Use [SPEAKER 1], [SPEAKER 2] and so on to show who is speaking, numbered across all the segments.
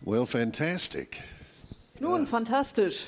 [SPEAKER 1] Well, fantastic.
[SPEAKER 2] Nun, fantastisch.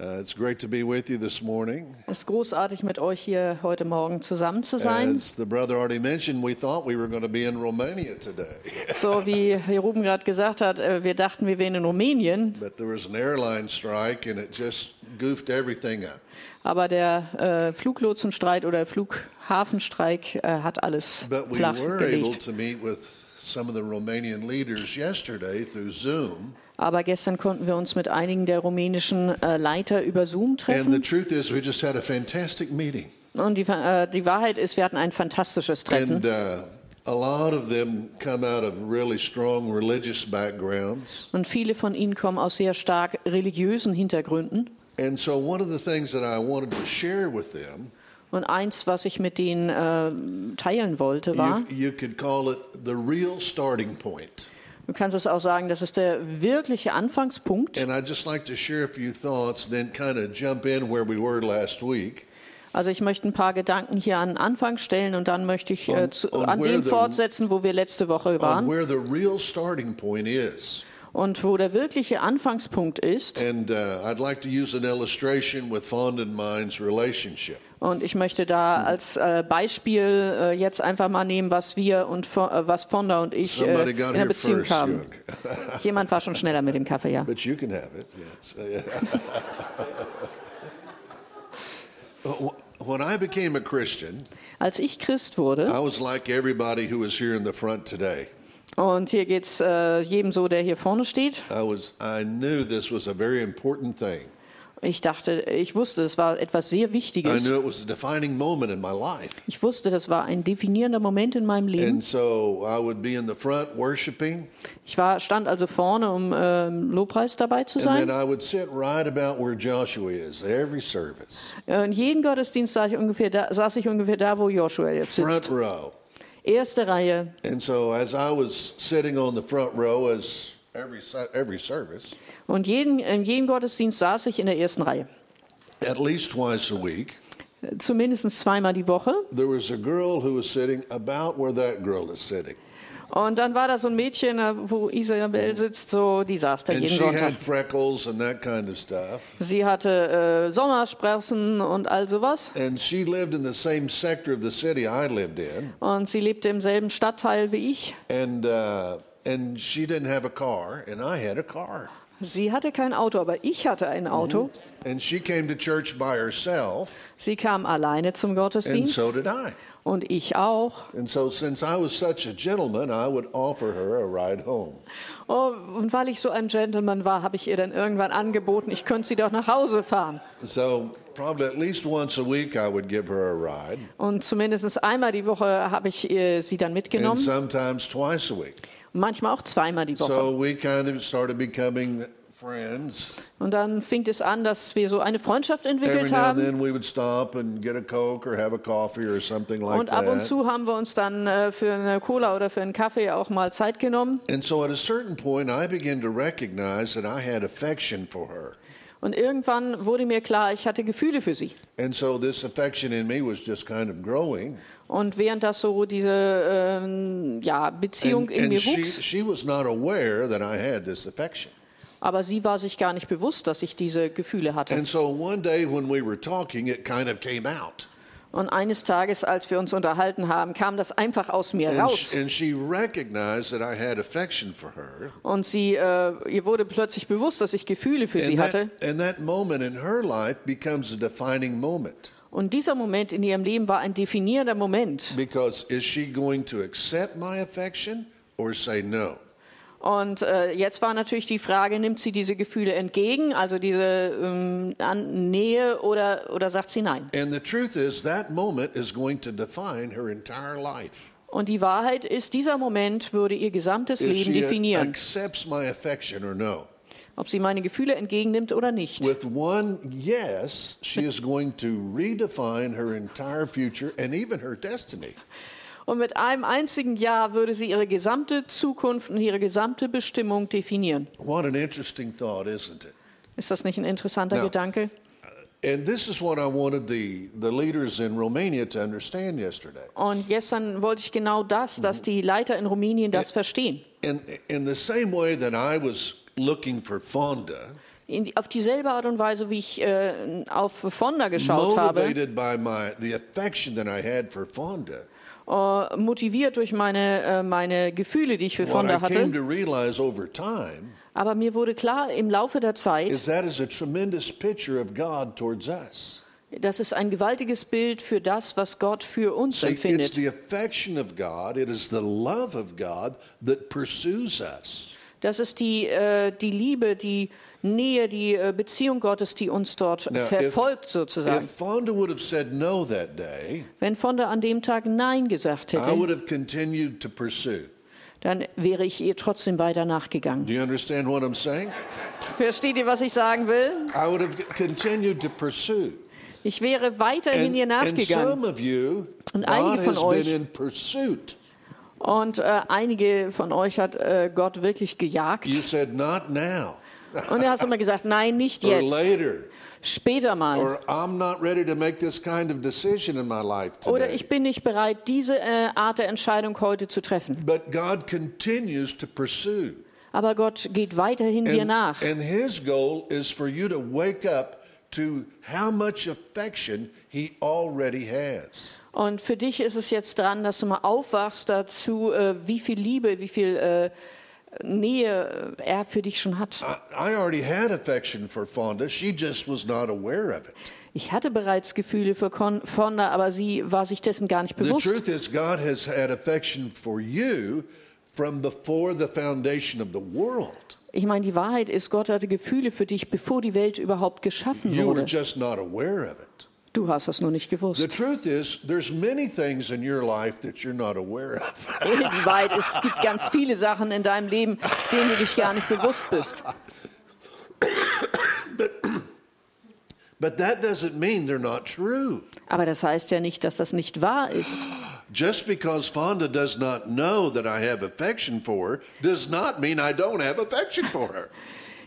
[SPEAKER 1] Uh, it's great to be with you this morning.
[SPEAKER 2] Es ist großartig, mit euch hier heute Morgen zusammen zu sein.
[SPEAKER 1] As the brother already mentioned, we thought we were going to be in Romania today,
[SPEAKER 2] So wie Herr Ruben gerade gesagt hat, äh, wir dachten, wir wären in Rumänien,
[SPEAKER 1] but there was an airline strike and it just goofed everything up.
[SPEAKER 2] aber der äh, Fluglotsenstreit oder Flughafenstreik äh, hat alles
[SPEAKER 1] But we
[SPEAKER 2] flach
[SPEAKER 1] were able
[SPEAKER 2] gelegt.
[SPEAKER 1] to meet with some of the Romanian leaders yesterday through Zoom.
[SPEAKER 2] Aber gestern konnten wir uns mit einigen der rumänischen äh, Leiter über Zoom
[SPEAKER 1] And the
[SPEAKER 2] treffen.
[SPEAKER 1] truth is, we just had a fantastic meeting.
[SPEAKER 2] Und die, äh, die Wahrheit ist, wir hatten ein fantastisches Treffen.
[SPEAKER 1] And uh, a lot of them come out of really strong religious backgrounds.
[SPEAKER 2] Und viele von ihnen kommen aus sehr stark religiösen Hintergründen.
[SPEAKER 1] And so, one of the things that I wanted to share with them,
[SPEAKER 2] Und eins, was ich mit denen äh, teilen wollte, war,
[SPEAKER 1] you, you could call it the real starting point.
[SPEAKER 2] Du kannst es auch sagen, das ist der wirkliche Anfangspunkt.
[SPEAKER 1] And I'd just like to share a few thoughts, then kind of jump in where we were last week.
[SPEAKER 2] Also ich möchte ein paar Gedanken hier an den Anfang stellen und dann möchte ich äh,
[SPEAKER 1] On-
[SPEAKER 2] zu,
[SPEAKER 1] on
[SPEAKER 2] an
[SPEAKER 1] where
[SPEAKER 2] dem
[SPEAKER 1] the-
[SPEAKER 2] fortsetzen, wo wir letzte Woche
[SPEAKER 1] On
[SPEAKER 2] waren
[SPEAKER 1] where the real starting point is.
[SPEAKER 2] und wo der wirkliche Anfangspunkt ist.
[SPEAKER 1] And uh, I'd like to use an illustration with Fond and Mind's relationship.
[SPEAKER 2] Und ich möchte da als äh, Beispiel äh, jetzt einfach mal nehmen, was wir und Fo- äh, was Fonda und ich äh,
[SPEAKER 1] Somebody
[SPEAKER 2] in
[SPEAKER 1] got
[SPEAKER 2] der
[SPEAKER 1] here
[SPEAKER 2] Beziehung
[SPEAKER 1] first,
[SPEAKER 2] haben.
[SPEAKER 1] Jörg.
[SPEAKER 2] Jemand war schon schneller mit dem Kaffee, ja.
[SPEAKER 1] But you can have it. Yes. when I became a Christian,
[SPEAKER 2] Als ich Christ wurde
[SPEAKER 1] I was like everybody who is here in the front today. Ah.
[SPEAKER 2] und hier geht's äh, jedem so, der hier vorne steht.
[SPEAKER 1] I was I knew this was a very important thing.
[SPEAKER 2] Ich dachte, ich wusste, es war etwas sehr
[SPEAKER 1] I
[SPEAKER 2] Wichtiges.
[SPEAKER 1] knew it was a defining moment in my life.
[SPEAKER 2] Ich wusste, das war ein definierender Moment in meinem Leben.
[SPEAKER 1] And so I would be in the front worshiping,
[SPEAKER 2] Ich war, stand also vorne, um ähm, Lobpreis dabei zu
[SPEAKER 1] and then
[SPEAKER 2] sein.
[SPEAKER 1] I would sit right about where Joshua is every service,
[SPEAKER 2] Und jeden Äh, Gottesdienst saß ich ungefähr da, saß ich ungefähr da wo Joshua jetzt
[SPEAKER 1] front
[SPEAKER 2] sitzt.
[SPEAKER 1] row.
[SPEAKER 2] Erste Reihe.
[SPEAKER 1] And so as I was sitting on the front row as every si- every service,
[SPEAKER 2] Und jeden, in jedem Gottesdienst saß ich in der ersten Reihe.
[SPEAKER 1] at least twice a week,
[SPEAKER 2] Zumindest zweimal die Woche.
[SPEAKER 1] there was a girl who was sitting about where that girl is sitting.
[SPEAKER 2] Und dann war da so ein Mädchen, äh, wo Isabel sitzt, so, die saß da
[SPEAKER 1] And
[SPEAKER 2] jeden
[SPEAKER 1] she
[SPEAKER 2] Sonntag.
[SPEAKER 1] had freckles and that kind of stuff.
[SPEAKER 2] Sie hatte äh, Sommersprossen und all sowas.
[SPEAKER 1] And she lived in the same sector of the city I lived in.
[SPEAKER 2] Und sie lebte im selben Stadtteil wie ich.
[SPEAKER 1] And, uh, and she didn't have a car, and I had a car.
[SPEAKER 2] Sie hatte kein Auto, aber ich hatte ein
[SPEAKER 1] Mhm.
[SPEAKER 2] Auto.
[SPEAKER 1] And she came to church by herself,
[SPEAKER 2] Sie kam alleine zum
[SPEAKER 1] and
[SPEAKER 2] Gottesdienst.
[SPEAKER 1] so did I.
[SPEAKER 2] Und ich auch.
[SPEAKER 1] And so, since I was such a gentleman, I would offer her a ride home.
[SPEAKER 2] Oh, und weil ich so ein Gentleman war, habe ich ihr dann irgendwann angeboten, ich könnte sie doch nach Hause fahren.
[SPEAKER 1] So, probably at least once a week, I would give her a ride,
[SPEAKER 2] Und zumindest einmal die Woche habe ich ihr, sie dann
[SPEAKER 1] and
[SPEAKER 2] mitgenommen.
[SPEAKER 1] sometimes twice a week.
[SPEAKER 2] Manchmal auch zweimal die Woche.
[SPEAKER 1] So, we kind of started becoming friends.
[SPEAKER 2] Und dann fing es an, dass wir so eine Freundschaft
[SPEAKER 1] Every
[SPEAKER 2] entwickelt
[SPEAKER 1] now and
[SPEAKER 2] haben.
[SPEAKER 1] then, we would stop and get a Coke or have a coffee or something like
[SPEAKER 2] Und ab
[SPEAKER 1] that.
[SPEAKER 2] und zu haben wir uns dann äh, für eine Cola oder für einen Kaffee auch mal Zeit genommen.
[SPEAKER 1] And so at a certain point, I began to recognize that I had affection for her.
[SPEAKER 2] Und irgendwann wurde mir klar, ich hatte Gefühle für sie.
[SPEAKER 1] And so this affection in me was just kind of growing.
[SPEAKER 2] Und während das so diese ähm, ja, Beziehung
[SPEAKER 1] And,
[SPEAKER 2] in
[SPEAKER 1] and
[SPEAKER 2] mir
[SPEAKER 1] she,
[SPEAKER 2] wuchs,
[SPEAKER 1] she was not aware that I had this affection.
[SPEAKER 2] aber sie war sich gar nicht bewusst, dass ich diese Gefühle hatte.
[SPEAKER 1] And so one day when we were talking, it kind of came out.
[SPEAKER 2] Und eines Tages, als wir uns unterhalten haben, kam das einfach aus mir
[SPEAKER 1] And
[SPEAKER 2] raus.
[SPEAKER 1] she, and she recognized that I had affection for her.
[SPEAKER 2] Und sie, äh, ihr wurde plötzlich bewusst, dass ich Gefühle für sie
[SPEAKER 1] And
[SPEAKER 2] hatte.
[SPEAKER 1] that, and that moment in her life becomes a defining moment.
[SPEAKER 2] Und dieser Moment in ihrem Leben war ein definierender Moment.
[SPEAKER 1] Because is she going to accept my affection or say no?
[SPEAKER 2] Und äh, jetzt war natürlich die Frage, nimmt sie diese Gefühle entgegen, also diese ähm, An Nähe, oder, oder sagt sie nein?
[SPEAKER 1] And the truth is, that moment is going to define her entire life.
[SPEAKER 2] Und die Wahrheit ist, dieser Moment würde ihr gesamtes
[SPEAKER 1] If she
[SPEAKER 2] Leben definieren,
[SPEAKER 1] accepts my affection or no.
[SPEAKER 2] ob sie meine Gefühle entgegennimmt oder nicht.
[SPEAKER 1] With one yes, she is going to redefine her entire future and even her destiny.
[SPEAKER 2] Und mit einem einzigen Ja würde sie ihre gesamte Zukunft und ihre gesamte Bestimmung definieren.
[SPEAKER 1] What an interesting thought, isn't it?
[SPEAKER 2] Ist das nicht ein interessanter
[SPEAKER 1] Ja.
[SPEAKER 2] Gedanke?
[SPEAKER 1] And this is what I wanted the, the leaders in Romania to understand yesterday.
[SPEAKER 2] Und gestern wollte
[SPEAKER 1] Mhm.
[SPEAKER 2] ich genau das, dass die Leiter in Rumänien das verstehen.
[SPEAKER 1] In, in the same way that I was looking for Fonda,
[SPEAKER 2] In, auf dieselbe Art und Weise, wie ich äh, auf Fonda geschaut habe,
[SPEAKER 1] motivated by my the affection that I had for Fonda,
[SPEAKER 2] äh, motiviert durch meine, äh, meine Gefühle, die ich für
[SPEAKER 1] what I
[SPEAKER 2] Fonda
[SPEAKER 1] came
[SPEAKER 2] hatte.
[SPEAKER 1] to realize over time
[SPEAKER 2] Aber mir wurde klar im Laufe der Zeit,
[SPEAKER 1] is that is a tremendous picture of God towards us.
[SPEAKER 2] das ist ein gewaltiges Bild für das, was Gott für uns
[SPEAKER 1] See, it's
[SPEAKER 2] empfindet.
[SPEAKER 1] the affection of God, it is the love of God that pursues us.
[SPEAKER 2] Das ist die, äh, die Liebe, die Nähe, die äh, Beziehung Gottes, die uns dort
[SPEAKER 1] Now, if-
[SPEAKER 2] verfolgt
[SPEAKER 1] If
[SPEAKER 2] sozusagen.
[SPEAKER 1] Fonda would have said no that day,
[SPEAKER 2] Wenn Fonda an dem Tag Nein gesagt
[SPEAKER 1] I would
[SPEAKER 2] hätte,
[SPEAKER 1] have continued to pursue.
[SPEAKER 2] dann wäre ich ihr trotzdem weiter nachgegangen.
[SPEAKER 1] Do you understand what I'm saying?
[SPEAKER 2] Versteht ihr, was ich sagen will?
[SPEAKER 1] I would have continued to pursue.
[SPEAKER 2] Ich wäre weiterhin
[SPEAKER 1] And,
[SPEAKER 2] ihr
[SPEAKER 1] and
[SPEAKER 2] nachgegangen.
[SPEAKER 1] some of you,
[SPEAKER 2] Und
[SPEAKER 1] God
[SPEAKER 2] einige von
[SPEAKER 1] has
[SPEAKER 2] euch-
[SPEAKER 1] been in pursuit.
[SPEAKER 2] Und äh, einige von euch hat äh, Gott wirklich gejagt.
[SPEAKER 1] You said, not now,
[SPEAKER 2] Und du hast immer gesagt, nein, nicht
[SPEAKER 1] or
[SPEAKER 2] jetzt,
[SPEAKER 1] later,
[SPEAKER 2] später mal.
[SPEAKER 1] or I'm not ready to make this kind of decision in my life
[SPEAKER 2] Oder
[SPEAKER 1] today.
[SPEAKER 2] ich bin nicht bereit, diese äh, Art der Entscheidung heute zu treffen.
[SPEAKER 1] But God continues to pursue.
[SPEAKER 2] Aber Gott geht weiterhin dir
[SPEAKER 1] And,
[SPEAKER 2] nach.
[SPEAKER 1] and His goal is for you to wake up to how much affection He already has.
[SPEAKER 2] Und für dich ist es jetzt dran, dass du mal aufwachst dazu, äh, wie viel Liebe, wie viel äh, Nähe äh, er für dich schon hat.
[SPEAKER 1] I, I already had affection for Fonda, she just was not aware of it.
[SPEAKER 2] Ich hatte bereits Gefühle für Con Fonda, aber sie war sich dessen gar nicht
[SPEAKER 1] The
[SPEAKER 2] bewusst.
[SPEAKER 1] truth is, God has had affection for you from before the foundation of the world.
[SPEAKER 2] Ich meine, die Wahrheit ist, Gott hatte Gefühle für dich, bevor die Welt überhaupt geschaffen
[SPEAKER 1] You were
[SPEAKER 2] wurde.
[SPEAKER 1] just not aware of it.
[SPEAKER 2] Du hast das nur nicht
[SPEAKER 1] The
[SPEAKER 2] gewusst.
[SPEAKER 1] truth is, there's many things in your life that you're not aware of.
[SPEAKER 2] Die Wahrheit ist, es gibt ganz viele Sachen in deinem Leben, denen du dich gar nicht bewusst bist.
[SPEAKER 1] but that doesn't mean they're not true.
[SPEAKER 2] Aber das heißt ja nicht, dass das nicht wahr ist.
[SPEAKER 1] Just because Fonda does not know that I have affection for her does not mean I don't have affection for her.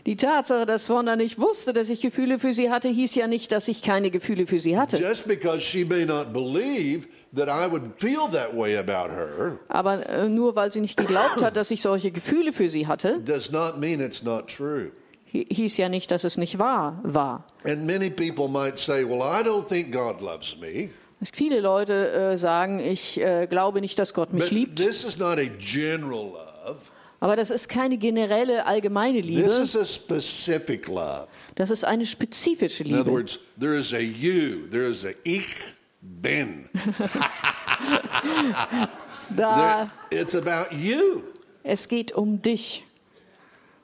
[SPEAKER 2] Die Tatsache, dass Fonda nicht wusste, dass ich Gefühle für sie hatte, hieß ja nicht, dass ich keine Gefühle für sie hatte.
[SPEAKER 1] Just because she may not believe that I would feel that way about her
[SPEAKER 2] Aber äh, nur weil sie nicht geglaubt hat, dass ich solche Gefühle für sie hatte,
[SPEAKER 1] does not mean it's not true.
[SPEAKER 2] hi- hieß ja nicht, dass es nicht wahr war.
[SPEAKER 1] And many people might say, Well, I don't think God loves me.
[SPEAKER 2] Es- Viele Leute äh, sagen, ich äh, glaube nicht, dass Gott mich
[SPEAKER 1] But
[SPEAKER 2] liebt.
[SPEAKER 1] this is not a general love,
[SPEAKER 2] Aber das ist keine generelle, allgemeine
[SPEAKER 1] this
[SPEAKER 2] Liebe.
[SPEAKER 1] is a specific love.
[SPEAKER 2] Das ist eine spezifische
[SPEAKER 1] In other
[SPEAKER 2] Liebe.
[SPEAKER 1] words, there is a you, there is a ich bin. There-
[SPEAKER 2] Da,
[SPEAKER 1] it's about you.
[SPEAKER 2] es geht um dich.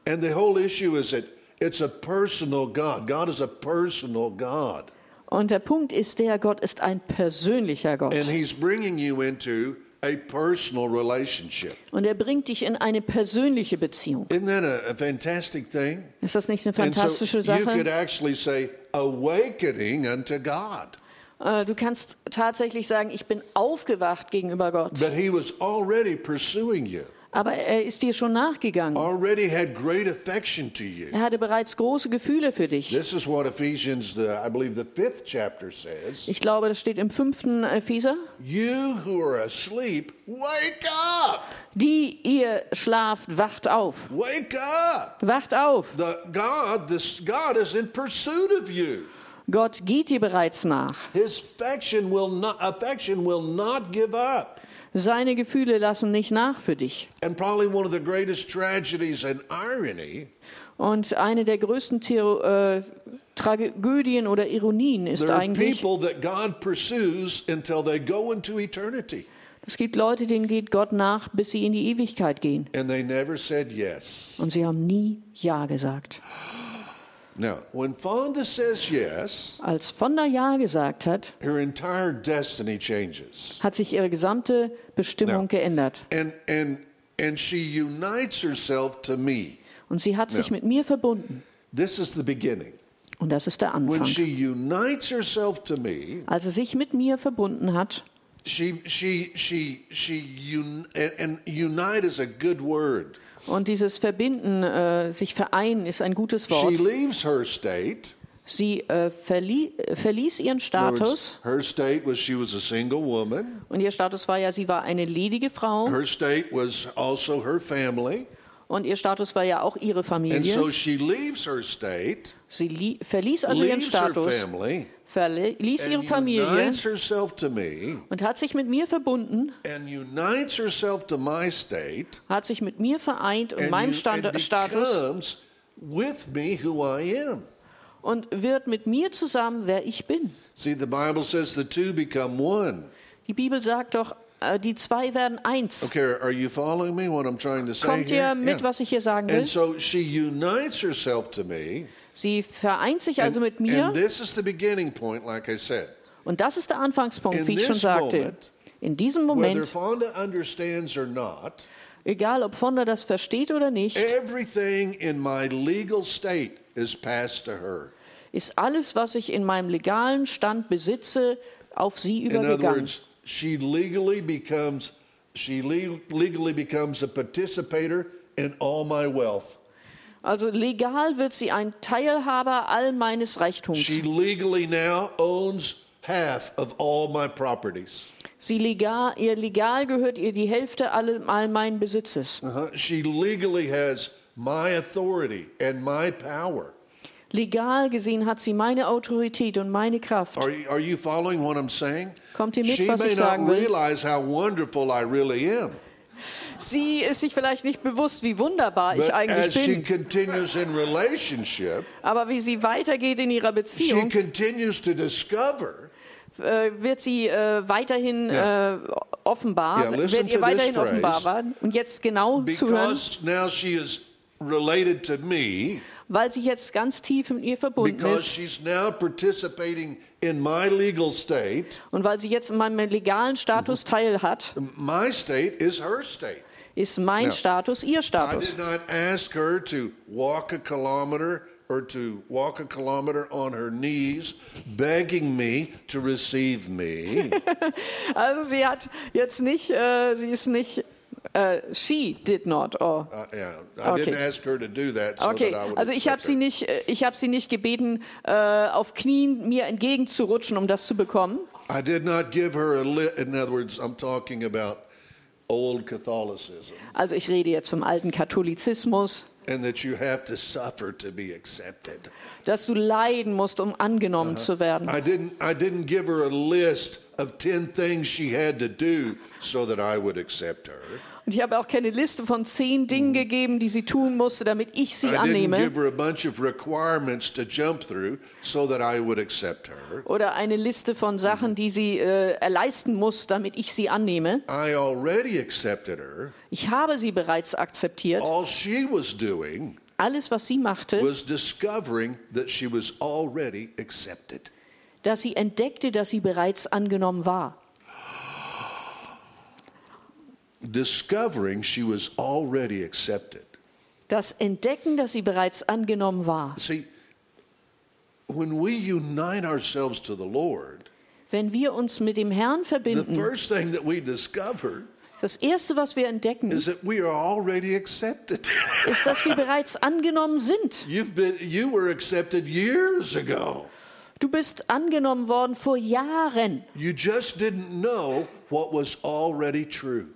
[SPEAKER 1] And the whole issue is that it's a personal God. God is a personal God.
[SPEAKER 2] Und der Punkt ist der, Gott ist ein persönlicher Gott.
[SPEAKER 1] And He's bringing you into a personal relationship.
[SPEAKER 2] Und er bringt dich in eine persönliche Beziehung.
[SPEAKER 1] Isn't that a, a fantastic thing?
[SPEAKER 2] Ist das nicht eine
[SPEAKER 1] And so
[SPEAKER 2] fantastische
[SPEAKER 1] you could
[SPEAKER 2] Sache?
[SPEAKER 1] actually say, awakening unto God.
[SPEAKER 2] Äh, Du kannst tatsächlich sagen, ich bin aufgewacht gegenüber Gott.
[SPEAKER 1] But He was already pursuing you,
[SPEAKER 2] Aber er ist dir schon nachgegangen.
[SPEAKER 1] already had great affection to you.
[SPEAKER 2] Er hatte bereits große Gefühle für dich.
[SPEAKER 1] This is what Ephesians, the, I believe, the fifth chapter says.
[SPEAKER 2] Ich glaube, das steht im fünften Epheser.
[SPEAKER 1] You who are asleep, wake up!
[SPEAKER 2] Die ihr schlaft, wacht auf.
[SPEAKER 1] Wake up!
[SPEAKER 2] Wacht auf.
[SPEAKER 1] The God, this God is in pursuit of you.
[SPEAKER 2] Gott geht dir bereits nach.
[SPEAKER 1] His affection will not affection will not give up.
[SPEAKER 2] Seine Gefühle lassen nicht nach für dich.
[SPEAKER 1] And probably one of the greatest tragedies and irony,
[SPEAKER 2] Und eine der größten Theo äh, Tragödien oder Ironien ist
[SPEAKER 1] there are
[SPEAKER 2] eigentlich,
[SPEAKER 1] people that God pursues until they go into eternity.
[SPEAKER 2] es gibt Leute, denen geht Gott nach, bis sie in die Ewigkeit gehen.
[SPEAKER 1] And they never said yes.
[SPEAKER 2] Und sie haben nie Ja gesagt.
[SPEAKER 1] Now, when Fonda says yes,
[SPEAKER 2] Als Fonda Ja gesagt hat,
[SPEAKER 1] her entire destiny changes.
[SPEAKER 2] hat sich ihre gesamte Bestimmung
[SPEAKER 1] Ja.
[SPEAKER 2] geändert.
[SPEAKER 1] And and and she unites herself to me.
[SPEAKER 2] Und sie hat sich
[SPEAKER 1] Ja.
[SPEAKER 2] mit mir verbunden.
[SPEAKER 1] This is the beginning.
[SPEAKER 2] Und das ist der
[SPEAKER 1] When
[SPEAKER 2] Anfang.
[SPEAKER 1] she unites herself to me,
[SPEAKER 2] Als sie sich mit mir verbunden hat,
[SPEAKER 1] She she she she un, and, and unite is a good word.
[SPEAKER 2] und dieses Verbinden, äh, sich vereinen, ist ein gutes
[SPEAKER 1] She
[SPEAKER 2] Wort.
[SPEAKER 1] leaves her state.
[SPEAKER 2] Sie äh, verlie äh, verließ ihren
[SPEAKER 1] In other words,
[SPEAKER 2] Status.
[SPEAKER 1] Her state was she was a single woman.
[SPEAKER 2] Oh. Und ihr Status war ja, sie war eine ledige Frau.
[SPEAKER 1] Her state was also her family.
[SPEAKER 2] Und ihr Status war ja auch ihre
[SPEAKER 1] And so
[SPEAKER 2] Familie.
[SPEAKER 1] she leaves her state,
[SPEAKER 2] Sie lie- verließ also ihren
[SPEAKER 1] leaves her
[SPEAKER 2] Status,
[SPEAKER 1] family,
[SPEAKER 2] verließ ihre
[SPEAKER 1] and
[SPEAKER 2] Familie
[SPEAKER 1] unites herself to me,
[SPEAKER 2] und hat sich mit mir verbunden,
[SPEAKER 1] and unites herself to my state,
[SPEAKER 2] hat sich mit mir vereint und
[SPEAKER 1] and,
[SPEAKER 2] meinem
[SPEAKER 1] you-
[SPEAKER 2] Stand,
[SPEAKER 1] and
[SPEAKER 2] Status
[SPEAKER 1] becomes with me who I am.
[SPEAKER 2] und wird mit mir zusammen, wer ich bin.
[SPEAKER 1] See, the Bible says the two become one.
[SPEAKER 2] Die Bibel sagt doch, äh, die zwei werden eins.
[SPEAKER 1] Okay, are you following me? What I'm trying to say
[SPEAKER 2] Kommt
[SPEAKER 1] here?
[SPEAKER 2] ihr mit,
[SPEAKER 1] Yeah.
[SPEAKER 2] was ich hier sagen will?
[SPEAKER 1] And so she unites herself to me.
[SPEAKER 2] Sie vereint sich
[SPEAKER 1] And,
[SPEAKER 2] also mit mir
[SPEAKER 1] and this is the beginning point, like I said.
[SPEAKER 2] und das ist der Anfangspunkt,
[SPEAKER 1] in
[SPEAKER 2] wie ich schon
[SPEAKER 1] this
[SPEAKER 2] sagte.
[SPEAKER 1] moment,
[SPEAKER 2] In diesem
[SPEAKER 1] Whether
[SPEAKER 2] Moment,
[SPEAKER 1] Fonda understands or not,
[SPEAKER 2] egal ob Fonda das versteht oder nicht,
[SPEAKER 1] Eh- everything in my legal state is passed to her.
[SPEAKER 2] ist alles, was ich in meinem legalen Stand besitze, auf sie
[SPEAKER 1] In other
[SPEAKER 2] übergegangen.
[SPEAKER 1] words, she legally becomes she le- legally becomes a participator in all my wealth.
[SPEAKER 2] Also legal wird sie ein Teilhaber all meines Reichtums.
[SPEAKER 1] She legally now owns half of all my properties.
[SPEAKER 2] Sie legal, ihr legal gehört ihr die Hälfte all, all meinen Besitzes.
[SPEAKER 1] Uh-huh. She legally has my authority and my power.
[SPEAKER 2] Legal gesehen hat sie meine Autorität und meine Kraft.
[SPEAKER 1] Are you, are you following what I'm saying?
[SPEAKER 2] Kommt ihr mit,
[SPEAKER 1] she
[SPEAKER 2] was
[SPEAKER 1] may
[SPEAKER 2] ich
[SPEAKER 1] not
[SPEAKER 2] sagen will?
[SPEAKER 1] realize how wonderful I really am,
[SPEAKER 2] Sie ist sich vielleicht nicht bewusst, wie wunderbar
[SPEAKER 1] but
[SPEAKER 2] ich
[SPEAKER 1] as
[SPEAKER 2] eigentlich
[SPEAKER 1] she
[SPEAKER 2] bin,
[SPEAKER 1] continues in relationship,
[SPEAKER 2] aber wie sie weitergeht in ihrer
[SPEAKER 1] she
[SPEAKER 2] Beziehung,
[SPEAKER 1] continues to discover.
[SPEAKER 2] äh, wird sie äh, weiterhin
[SPEAKER 1] Ja.
[SPEAKER 2] äh, offenbar,
[SPEAKER 1] Ja, listen
[SPEAKER 2] wird
[SPEAKER 1] to
[SPEAKER 2] ihr
[SPEAKER 1] this
[SPEAKER 2] weiterhin offenbar
[SPEAKER 1] phrase.
[SPEAKER 2] werden. Und jetzt genau zuhören,
[SPEAKER 1] Because now she is related to me,
[SPEAKER 2] weil sie jetzt ganz tief mit ihr verbunden
[SPEAKER 1] because
[SPEAKER 2] ist
[SPEAKER 1] she's now participating in my legal state,
[SPEAKER 2] und weil sie jetzt in meinem legalen
[SPEAKER 1] Mhm.
[SPEAKER 2] Status teilhat,
[SPEAKER 1] my state is her state.
[SPEAKER 2] ist mein
[SPEAKER 1] Ja.
[SPEAKER 2] Status ihr
[SPEAKER 1] I
[SPEAKER 2] Status.
[SPEAKER 1] did not ask her to walk a kilometer or to walk a kilometer on her knees, begging me to receive me.
[SPEAKER 2] Also sie hat jetzt nicht, äh, sie ist nicht, äh, she did not, oh.
[SPEAKER 1] Uh, yeah, I didn't
[SPEAKER 2] Okay.
[SPEAKER 1] ask her to do that so
[SPEAKER 2] Okay,
[SPEAKER 1] that I would.
[SPEAKER 2] also ich habe
[SPEAKER 1] accept
[SPEAKER 2] sie
[SPEAKER 1] her.
[SPEAKER 2] nicht, äh, ich habe sie nicht gebeten, äh, auf Knien mir entgegenzurutschen, um das zu bekommen.
[SPEAKER 1] I did not give her a lit. In other words, I'm talking about old Catholicism
[SPEAKER 2] Also ich rede jetzt vom alten Katholizismus,
[SPEAKER 1] and that you have to suffer to be accepted.
[SPEAKER 2] dass du leiden musst, um angenommen zu werden.
[SPEAKER 1] I didn't. I didn't give her a list of ten things she had to do so that I would accept her.
[SPEAKER 2] Und ich habe auch keine Liste von zehn Dingen gegeben, die sie tun musste, damit ich sie
[SPEAKER 1] I didn't
[SPEAKER 2] annehme.
[SPEAKER 1] give her a bunch of requirements to jump through so that I would accept her.
[SPEAKER 2] Oder eine Liste von Sachen, die sie äh, erleisten muss, damit ich sie annehme.
[SPEAKER 1] I already accepted her.
[SPEAKER 2] Ich habe sie bereits akzeptiert.
[SPEAKER 1] All she was doing
[SPEAKER 2] Alles, was sie machte,
[SPEAKER 1] was discovering that she was already accepted.
[SPEAKER 2] dass sie entdeckte, dass sie bereits angenommen war.
[SPEAKER 1] Discovering she was already accepted.
[SPEAKER 2] Das Entdecken, dass sie bereits angenommen war.
[SPEAKER 1] See, when we unite ourselves to the Lord,
[SPEAKER 2] Wenn wir uns mit dem Herrn
[SPEAKER 1] the
[SPEAKER 2] verbinden,
[SPEAKER 1] first thing that we discover
[SPEAKER 2] das Erste, was wir entdecken,
[SPEAKER 1] is that we are already accepted.
[SPEAKER 2] ist, dass wir bereits angenommen sind.
[SPEAKER 1] You've been you were accepted years ago.
[SPEAKER 2] Du bist angenommen worden vor Jahren.
[SPEAKER 1] You just didn't know what was already true.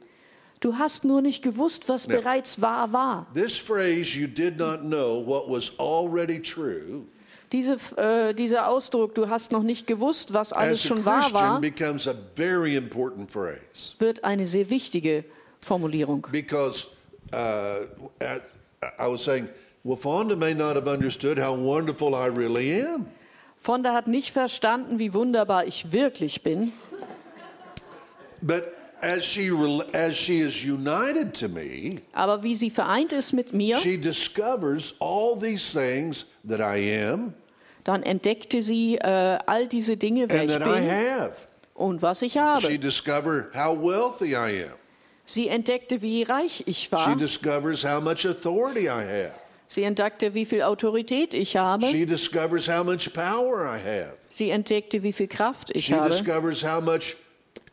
[SPEAKER 2] Du hast nur nicht gewusst, was bereits wahr war.
[SPEAKER 1] This phrase, you did not know what was already true,
[SPEAKER 2] Diese, äh, dieser Ausdruck, du hast noch nicht gewusst, was alles
[SPEAKER 1] as a
[SPEAKER 2] schon wahr
[SPEAKER 1] Christian
[SPEAKER 2] war,
[SPEAKER 1] becomes a very important phrase
[SPEAKER 2] wird eine sehr wichtige Formulierung.
[SPEAKER 1] because uh, I, I was saying, well, Fonda may not have understood how wonderful I really am.
[SPEAKER 2] Fonda hat nicht verstanden, wie wunderbar ich wirklich bin,
[SPEAKER 1] But as she, rel- as she is united to me,
[SPEAKER 2] aber wie sie vereint ist mit mir,
[SPEAKER 1] she discovers all these things that I am
[SPEAKER 2] dann entdeckte sie äh, all diese Dinge, wer
[SPEAKER 1] and
[SPEAKER 2] ich
[SPEAKER 1] that I
[SPEAKER 2] bin
[SPEAKER 1] have.
[SPEAKER 2] und was ich
[SPEAKER 1] She
[SPEAKER 2] habe.
[SPEAKER 1] discovers how wealthy I am.
[SPEAKER 2] Sie entdeckte, wie reich ich
[SPEAKER 1] She
[SPEAKER 2] war.
[SPEAKER 1] discovers how much authority I have.
[SPEAKER 2] Sie entdeckte, wie viel Autorität ich habe.
[SPEAKER 1] She discovers how much power I have.
[SPEAKER 2] Sie entdeckte, wie viel Kraft ich
[SPEAKER 1] She
[SPEAKER 2] habe.
[SPEAKER 1] discovers how much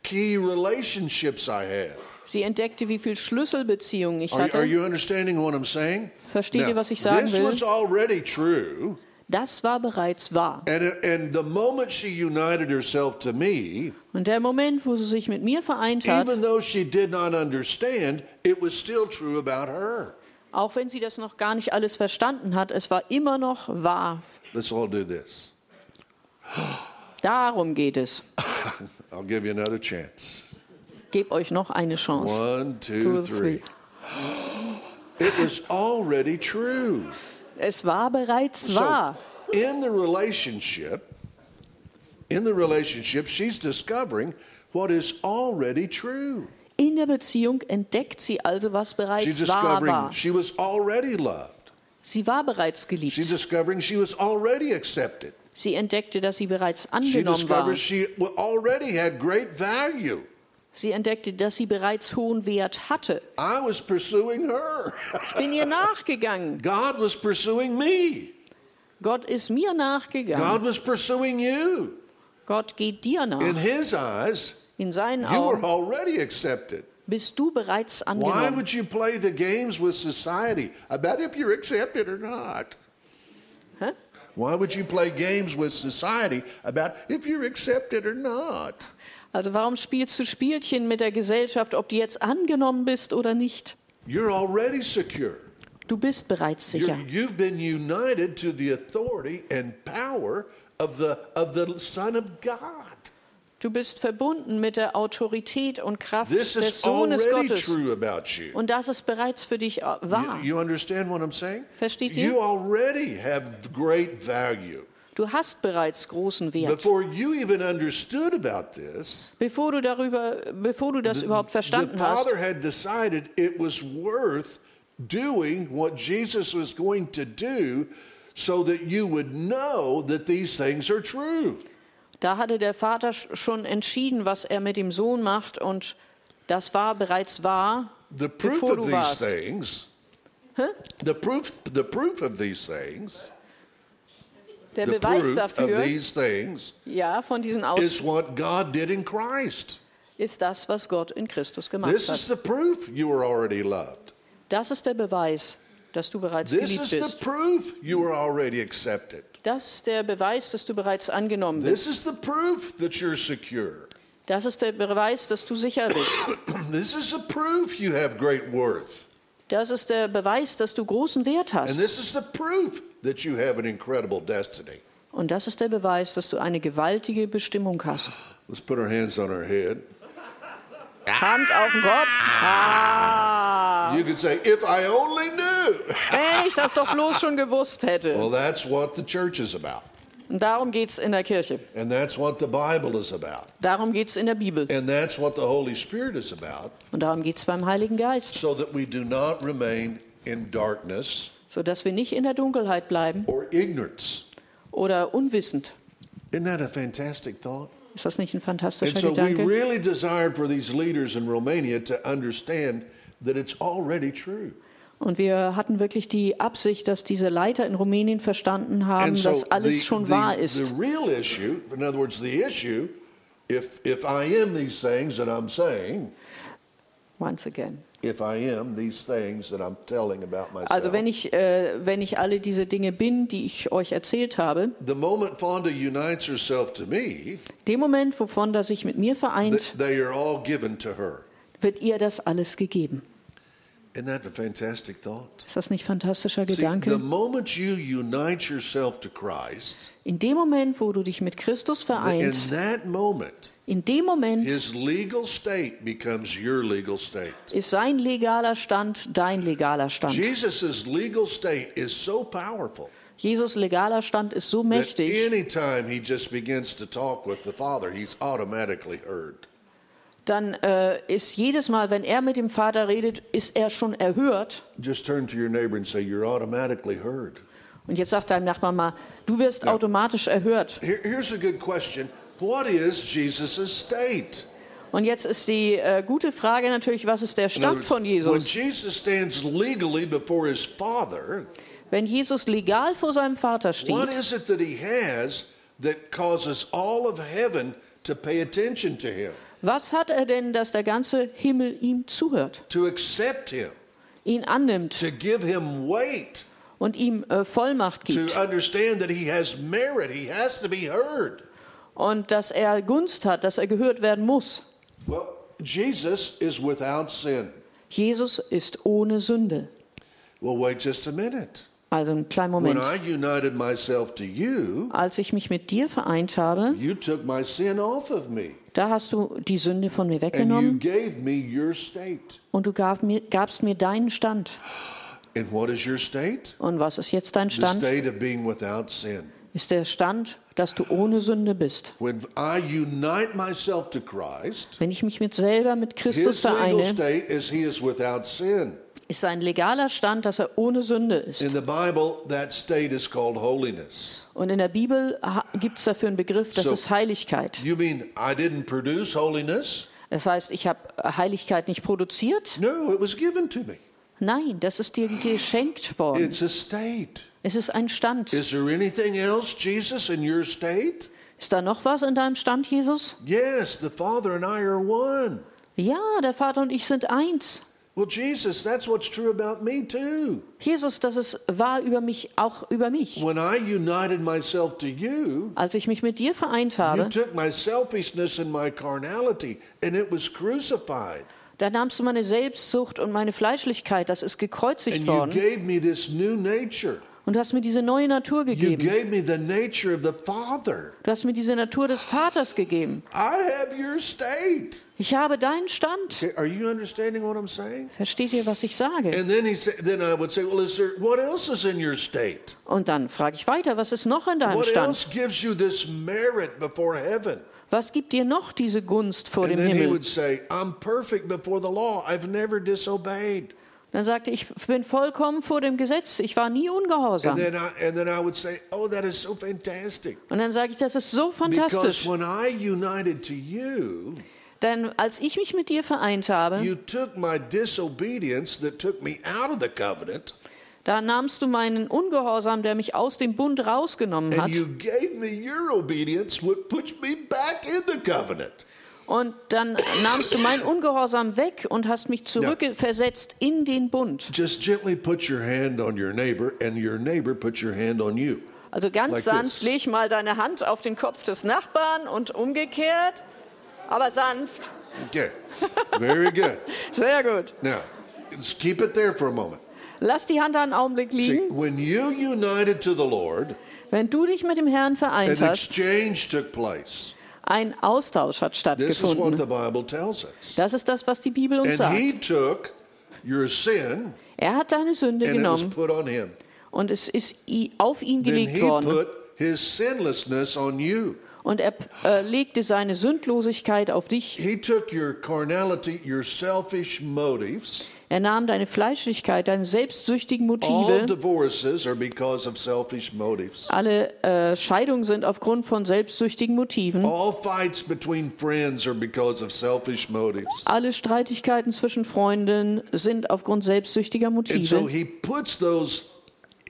[SPEAKER 1] key relationships I have.
[SPEAKER 2] Sie entdeckte, wie viel Schlüsselbeziehungen ich
[SPEAKER 1] Are, are
[SPEAKER 2] hatte.
[SPEAKER 1] you understanding what I'm saying?
[SPEAKER 2] Versteht ihr, was ich sagen
[SPEAKER 1] this
[SPEAKER 2] will?
[SPEAKER 1] was already true,
[SPEAKER 2] Das war bereits wahr.
[SPEAKER 1] and, and the moment she united herself to me,
[SPEAKER 2] Und der Moment, wo sie sich mit mir vereint hat,
[SPEAKER 1] even though she did not understand, it was still true about her.
[SPEAKER 2] Auch wenn sie das noch gar nicht alles verstanden hat, es war immer noch wahr.
[SPEAKER 1] Let's all do this.
[SPEAKER 2] Darum geht es.
[SPEAKER 1] I'll give you another chance.
[SPEAKER 2] Gebt euch noch eine Chance.
[SPEAKER 1] One, two,
[SPEAKER 2] Two,
[SPEAKER 1] three.
[SPEAKER 2] three.
[SPEAKER 1] It was already true.
[SPEAKER 2] Es war bereits wahr.
[SPEAKER 1] So, in the relationship, in the relationship, she's discovering what is already true.
[SPEAKER 2] In der Beziehung entdeckt sie also, was
[SPEAKER 1] She's
[SPEAKER 2] bereits wahr
[SPEAKER 1] discovering
[SPEAKER 2] war.
[SPEAKER 1] she was already loved.
[SPEAKER 2] Sie war bereits geliebt.
[SPEAKER 1] She's discovering she was already accepted.
[SPEAKER 2] Sie entdeckte, dass sie bereits
[SPEAKER 1] She
[SPEAKER 2] angenommen war.
[SPEAKER 1] discovers she wa- already had great value.
[SPEAKER 2] Sie entdeckte, dass sie bereits hohen Wert hatte.
[SPEAKER 1] I was pursuing her.
[SPEAKER 2] Ich bin ihr nachgegangen.
[SPEAKER 1] God was pursuing me.
[SPEAKER 2] Gott ist mir nachgegangen.
[SPEAKER 1] God was pursuing you.
[SPEAKER 2] Gott geht dir
[SPEAKER 1] In
[SPEAKER 2] nach.
[SPEAKER 1] His eyes,
[SPEAKER 2] In seinen
[SPEAKER 1] you were
[SPEAKER 2] Augen
[SPEAKER 1] already accepted.
[SPEAKER 2] bist du bereits
[SPEAKER 1] Why
[SPEAKER 2] angenommen.
[SPEAKER 1] would you play the games with society about if you're accepted or not?
[SPEAKER 2] Hä?
[SPEAKER 1] Why would you play games with society about if you're accepted or not?
[SPEAKER 2] Also warum spielst du Spielchen mit der Gesellschaft, ob du jetzt angenommen bist oder nicht?
[SPEAKER 1] You're already secure.
[SPEAKER 2] Du bist bereits
[SPEAKER 1] You're,
[SPEAKER 2] sicher.
[SPEAKER 1] you've been united to the authority and power of the, of the Son of God.
[SPEAKER 2] Du bist verbunden mit der Autorität und Kraft
[SPEAKER 1] This
[SPEAKER 2] des
[SPEAKER 1] is
[SPEAKER 2] Sohnes
[SPEAKER 1] already
[SPEAKER 2] Gottes.
[SPEAKER 1] true about you.
[SPEAKER 2] Und das ist bereits für dich äh, wahr.
[SPEAKER 1] You, you understand what I'm saying?
[SPEAKER 2] Versteht ihr?
[SPEAKER 1] You already have great value.
[SPEAKER 2] Du hast bereits großen Wert.
[SPEAKER 1] Before you even understood about this,
[SPEAKER 2] Bevor du darüber, bevor du das überhaupt
[SPEAKER 1] the
[SPEAKER 2] verstanden hast,
[SPEAKER 1] Father had decided it was worth doing what Jesus was going to do so that you would know that these things are true.
[SPEAKER 2] da hatte der Vater sch- schon entschieden, was er mit dem Sohn macht und das war bereits wahr,
[SPEAKER 1] The proof
[SPEAKER 2] bevor
[SPEAKER 1] of
[SPEAKER 2] du
[SPEAKER 1] these
[SPEAKER 2] warst.
[SPEAKER 1] things, the proof, the proof of these things,
[SPEAKER 2] Der
[SPEAKER 1] the
[SPEAKER 2] Beweis
[SPEAKER 1] proof of
[SPEAKER 2] dafür,
[SPEAKER 1] these things
[SPEAKER 2] ja, von diesen
[SPEAKER 1] is
[SPEAKER 2] Aus
[SPEAKER 1] what God did in Christ.
[SPEAKER 2] ist das, was Gott in Christus gemacht
[SPEAKER 1] This is the
[SPEAKER 2] hat.
[SPEAKER 1] proof you are already loved.
[SPEAKER 2] Das ist der Beweis, dass du bereits
[SPEAKER 1] This
[SPEAKER 2] geliebt
[SPEAKER 1] is the
[SPEAKER 2] bist.
[SPEAKER 1] proof you are already accepted.
[SPEAKER 2] Das ist der Beweis, dass du bereits angenommen bist.
[SPEAKER 1] This is the proof that you're secure.
[SPEAKER 2] Das ist der Beweis, dass du sicher bist.
[SPEAKER 1] This is the proof you have great worth.
[SPEAKER 2] Das ist der Beweis, dass du großen Wert
[SPEAKER 1] And
[SPEAKER 2] hast.
[SPEAKER 1] this is the proof that you have an incredible destiny.
[SPEAKER 2] Und das ist der Beweis, dass du eine gewaltige Bestimmung hast.
[SPEAKER 1] Let's put our hands on our head.
[SPEAKER 2] Hand auf den Kopf. Ah,
[SPEAKER 1] You could say, if I only knew.
[SPEAKER 2] wenn ich das doch bloß schon gewusst hätte.
[SPEAKER 1] Well, that's what the church is about.
[SPEAKER 2] Und darum geht es in der Kirche.
[SPEAKER 1] And that's what the Bible is about.
[SPEAKER 2] Darum geht es in der Bibel.
[SPEAKER 1] And that's what the Holy Spirit is about,
[SPEAKER 2] Und darum geht es beim Heiligen Geist.
[SPEAKER 1] so that we do not remain in darkness
[SPEAKER 2] Sodass wir nicht in der Dunkelheit bleiben
[SPEAKER 1] or ignorance.
[SPEAKER 2] oder unwissend.
[SPEAKER 1] Isn't that a fantastic thought?
[SPEAKER 2] Ist das nicht ein fantastischer
[SPEAKER 1] And so we
[SPEAKER 2] Gedanke?
[SPEAKER 1] really desired for these leaders in Romania to understand that it's already true.
[SPEAKER 2] Und wir hatten wirklich die Absicht, dass diese Leiter in Rumänien verstanden haben,
[SPEAKER 1] and so
[SPEAKER 2] dass Um, alles
[SPEAKER 1] the,
[SPEAKER 2] schon
[SPEAKER 1] the,
[SPEAKER 2] wahr ist.
[SPEAKER 1] the real issue, in other words, the issue, if if I am these things that I'm saying,
[SPEAKER 2] Once again.
[SPEAKER 1] if I am these things that I'm telling about myself,
[SPEAKER 2] Also wenn ich, äh, wenn ich alle diese Dinge bin, die ich euch erzählt habe,
[SPEAKER 1] the moment Fonda unites herself to me,
[SPEAKER 2] dem Moment, wovon das sich mit mir
[SPEAKER 1] th-
[SPEAKER 2] vereint,
[SPEAKER 1] they are all given to her.
[SPEAKER 2] wird ihr das alles gegeben.
[SPEAKER 1] Isn't that a fantastic thought?
[SPEAKER 2] Ist das nicht fantastischer
[SPEAKER 1] See, the
[SPEAKER 2] Gedanke?
[SPEAKER 1] moment you unite yourself to Christ,
[SPEAKER 2] In dem Moment, wo du dich mit
[SPEAKER 1] th-
[SPEAKER 2] Christus
[SPEAKER 1] in
[SPEAKER 2] vereinst,
[SPEAKER 1] that moment,
[SPEAKER 2] in dem Moment
[SPEAKER 1] His legal state becomes your legal state.
[SPEAKER 2] ist sein legaler Stand dein legaler Stand.
[SPEAKER 1] Jesus' legal state is so powerful
[SPEAKER 2] Jesus legaler Stand ist so
[SPEAKER 1] that
[SPEAKER 2] mächtig,
[SPEAKER 1] anytime he just begins to talk with the Father, he's automatically heard.
[SPEAKER 2] dann äh, ist jedes Mal, wenn er mit dem Vater redet, ist er schon erhört.
[SPEAKER 1] Just turn to your neighbor and say, You're automatically heard.
[SPEAKER 2] Und jetzt sagt deinem Nachbarn mal, du wirst automatisch erhört.
[SPEAKER 1] Here- here's a good question What is Jesus' state?
[SPEAKER 2] Und jetzt ist die äh, gute Frage natürlich, was ist der
[SPEAKER 1] In other
[SPEAKER 2] Stand
[SPEAKER 1] words,
[SPEAKER 2] von
[SPEAKER 1] When
[SPEAKER 2] Jesus?
[SPEAKER 1] Jesus stands legally before his Father,
[SPEAKER 2] Wenn Jesus legal vor seinem Vater
[SPEAKER 1] what
[SPEAKER 2] steht,
[SPEAKER 1] is it that he has that causes all of heaven to pay attention to him,
[SPEAKER 2] was hat er denn, dass der ganze Himmel ihm zuhört,
[SPEAKER 1] to accept him,
[SPEAKER 2] ihn annimmt
[SPEAKER 1] to give him weight?
[SPEAKER 2] und ihm äh, Vollmacht
[SPEAKER 1] to
[SPEAKER 2] gibt
[SPEAKER 1] understand that he has merit, he has to be heard.
[SPEAKER 2] und dass er Gunst hat, dass er gehört werden muss?
[SPEAKER 1] Well, Jesus is without sin.
[SPEAKER 2] Jesus ist ohne Sünde.
[SPEAKER 1] Well, wait just a minute.
[SPEAKER 2] Also einen kleinen
[SPEAKER 1] When
[SPEAKER 2] Moment.
[SPEAKER 1] I united myself to you,
[SPEAKER 2] Als ich mich mit dir vereint habe,
[SPEAKER 1] you took my sin off of me
[SPEAKER 2] da hast du die Sünde von mir
[SPEAKER 1] and you
[SPEAKER 2] weggenommen
[SPEAKER 1] gave me your state.
[SPEAKER 2] und du gab mir, gabst mir deinen Stand.
[SPEAKER 1] And what is your state?
[SPEAKER 2] Und was ist jetzt dein
[SPEAKER 1] The
[SPEAKER 2] Stand?
[SPEAKER 1] state of being without sin.
[SPEAKER 2] Ist der Stand, dass du ohne Sünde bist.
[SPEAKER 1] When I unite myself to Christ,
[SPEAKER 2] Wenn ich mich mit selber mit Christus
[SPEAKER 1] his legal
[SPEAKER 2] vereine,
[SPEAKER 1] state is he is without sin.
[SPEAKER 2] ist sein legaler Stand, dass er ohne Sünde
[SPEAKER 1] In
[SPEAKER 2] ist.
[SPEAKER 1] the Bible, that state is called holiness.
[SPEAKER 2] Und in der Bibel gibt es dafür einen Begriff, das
[SPEAKER 1] So-
[SPEAKER 2] ist Heiligkeit.
[SPEAKER 1] You mean I didn't produce holiness?
[SPEAKER 2] Das heißt, ich habe Heiligkeit nicht produziert.
[SPEAKER 1] No, it was given to me.
[SPEAKER 2] Nein, das ist dir geschenkt worden.
[SPEAKER 1] It's a state.
[SPEAKER 2] Es ist ein Stand.
[SPEAKER 1] Is there anything else, Jesus, in your state?
[SPEAKER 2] Ist da noch was in deinem Stand, Jesus?
[SPEAKER 1] Yes, the Father and I are one.
[SPEAKER 2] Ja, der Vater und ich sind eins.
[SPEAKER 1] Well, Jesus, that's what's true about me too.
[SPEAKER 2] Jesus, das ist wahr über mich, auch über mich.
[SPEAKER 1] When I united myself to you,
[SPEAKER 2] Als ich mich mit dir vereint
[SPEAKER 1] you
[SPEAKER 2] habe,
[SPEAKER 1] took my selfishness and my carnality, and it was crucified.
[SPEAKER 2] da nahmst du meine Selbstsucht und meine Fleischlichkeit, das ist gekreuzigt
[SPEAKER 1] And you
[SPEAKER 2] worden.
[SPEAKER 1] gave me this new nature.
[SPEAKER 2] Und du hast mir diese neue Natur
[SPEAKER 1] You
[SPEAKER 2] gegeben.
[SPEAKER 1] gave me the nature of the Father.
[SPEAKER 2] Du hast mir diese Natur des Vaters gegeben.
[SPEAKER 1] I have your state.
[SPEAKER 2] Ich habe deinen Stand.
[SPEAKER 1] Okay, Are you understanding what I'm saying?
[SPEAKER 2] Versteht ihr, was ich sage?
[SPEAKER 1] And then he said, then I would say, well, is there what else is in your state?
[SPEAKER 2] Und dann frage ich weiter, was ist noch in deinem
[SPEAKER 1] What
[SPEAKER 2] Stand?
[SPEAKER 1] else gives you this merit before heaven?
[SPEAKER 2] Was gibt dir noch diese Gunst vor
[SPEAKER 1] And
[SPEAKER 2] dem
[SPEAKER 1] then he
[SPEAKER 2] Himmel?
[SPEAKER 1] would say, I'm perfect before the law. I've never disobeyed.
[SPEAKER 2] Dann sagte ich, ich bin vollkommen vor dem Gesetz. Ich war nie
[SPEAKER 1] And
[SPEAKER 2] ungehorsam.
[SPEAKER 1] then I and then I would say, oh, that is so fantastic.
[SPEAKER 2] Und dann sage ich, das ist so
[SPEAKER 1] Because
[SPEAKER 2] fantastisch.
[SPEAKER 1] when I united to you,
[SPEAKER 2] Denn als ich mich mit dir vereint habe,
[SPEAKER 1] you took my disobedience that took me out of the covenant,
[SPEAKER 2] da nahmst du meinen Ungehorsam, der mich aus dem Bund rausgenommen hat.
[SPEAKER 1] and you gave me your obedience, which puts me back in the covenant.
[SPEAKER 2] Und dann nahmst du meinen Ungehorsam weg und hast mich zurückversetzt in den Bund.
[SPEAKER 1] Just gently put your hand on your neighbor, and your neighbor put your hand on you.
[SPEAKER 2] Also ganz
[SPEAKER 1] Like
[SPEAKER 2] sanft
[SPEAKER 1] this.
[SPEAKER 2] leg mal deine Hand auf den Kopf des Nachbarn und umgekehrt. Aber sanft.
[SPEAKER 1] Okay, very good.
[SPEAKER 2] Sehr gut.
[SPEAKER 1] Now, just keep it there for a moment.
[SPEAKER 2] Lass die Hand einen Augenblick
[SPEAKER 1] See,
[SPEAKER 2] liegen.
[SPEAKER 1] when you united to the Lord,
[SPEAKER 2] Wenn du dich mit dem Herrn vereint
[SPEAKER 1] an
[SPEAKER 2] hast,
[SPEAKER 1] exchange took place.
[SPEAKER 2] ein Austausch hat
[SPEAKER 1] This is what
[SPEAKER 2] stattgefunden.
[SPEAKER 1] the Bible tells us.
[SPEAKER 2] Das ist das, was die Bibel uns
[SPEAKER 1] And
[SPEAKER 2] sagt.
[SPEAKER 1] He took your sin,
[SPEAKER 2] Er hat deine Sünde
[SPEAKER 1] and it was
[SPEAKER 2] genommen
[SPEAKER 1] put on Him.
[SPEAKER 2] und es ist i- auf ihn
[SPEAKER 1] Then He
[SPEAKER 2] gelegt worden.
[SPEAKER 1] put His sinlessness on you.
[SPEAKER 2] Und er äh, legte seine Sündlosigkeit auf dich.
[SPEAKER 1] He took your carnality, your selfish motives.
[SPEAKER 2] Er nahm deine Fleischlichkeit, deine selbstsüchtigen
[SPEAKER 1] All
[SPEAKER 2] Motive.
[SPEAKER 1] divorces are because of selfish motives.
[SPEAKER 2] Alle äh, Scheidungen sind aufgrund von selbstsüchtigen Motiven.
[SPEAKER 1] All fights between friends are because of selfish motives.
[SPEAKER 2] Alle Streitigkeiten zwischen Freunden sind aufgrund selbstsüchtiger
[SPEAKER 1] And so
[SPEAKER 2] Motive.
[SPEAKER 1] he puts those,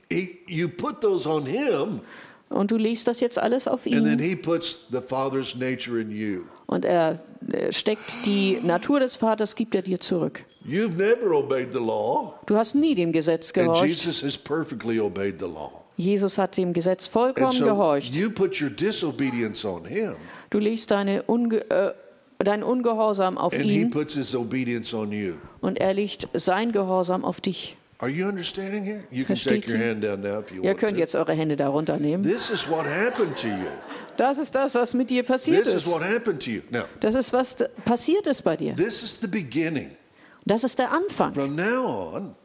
[SPEAKER 1] he, you put those on him,
[SPEAKER 2] Und du legst das jetzt alles auf
[SPEAKER 1] and then
[SPEAKER 2] ihn.
[SPEAKER 1] he puts the Father's nature in you.
[SPEAKER 2] Und er äh, steckt die Natur des Vaters, gibt er dir zurück.
[SPEAKER 1] You've never obeyed the law,
[SPEAKER 2] Du hast nie dem Gesetz
[SPEAKER 1] and
[SPEAKER 2] gehorcht.
[SPEAKER 1] Jesus has perfectly obeyed the law.
[SPEAKER 2] Jesus hat dem Gesetz
[SPEAKER 1] And
[SPEAKER 2] vollkommen
[SPEAKER 1] so
[SPEAKER 2] gehorcht.
[SPEAKER 1] you put your disobedience on him,
[SPEAKER 2] Du legst deine Unge äh, dein Ungehorsam auf
[SPEAKER 1] and he
[SPEAKER 2] ihn
[SPEAKER 1] puts his obedience on you.
[SPEAKER 2] und er legt sein Gehorsam auf dich.
[SPEAKER 1] Are you understanding here? You can
[SPEAKER 2] Versteht
[SPEAKER 1] take your
[SPEAKER 2] ihr?
[SPEAKER 1] hand down now if you
[SPEAKER 2] Ihr
[SPEAKER 1] want
[SPEAKER 2] könnt
[SPEAKER 1] to.
[SPEAKER 2] jetzt eure Hände darunter nehmen.
[SPEAKER 1] This is what happened to you.
[SPEAKER 2] Das ist das, was mit dir passiert
[SPEAKER 1] This is
[SPEAKER 2] ist.
[SPEAKER 1] what happened to you. Now,
[SPEAKER 2] Das ist, was d- passiert ist bei dir.
[SPEAKER 1] this is the beginning.
[SPEAKER 2] Das ist der Anfang.
[SPEAKER 1] From now on,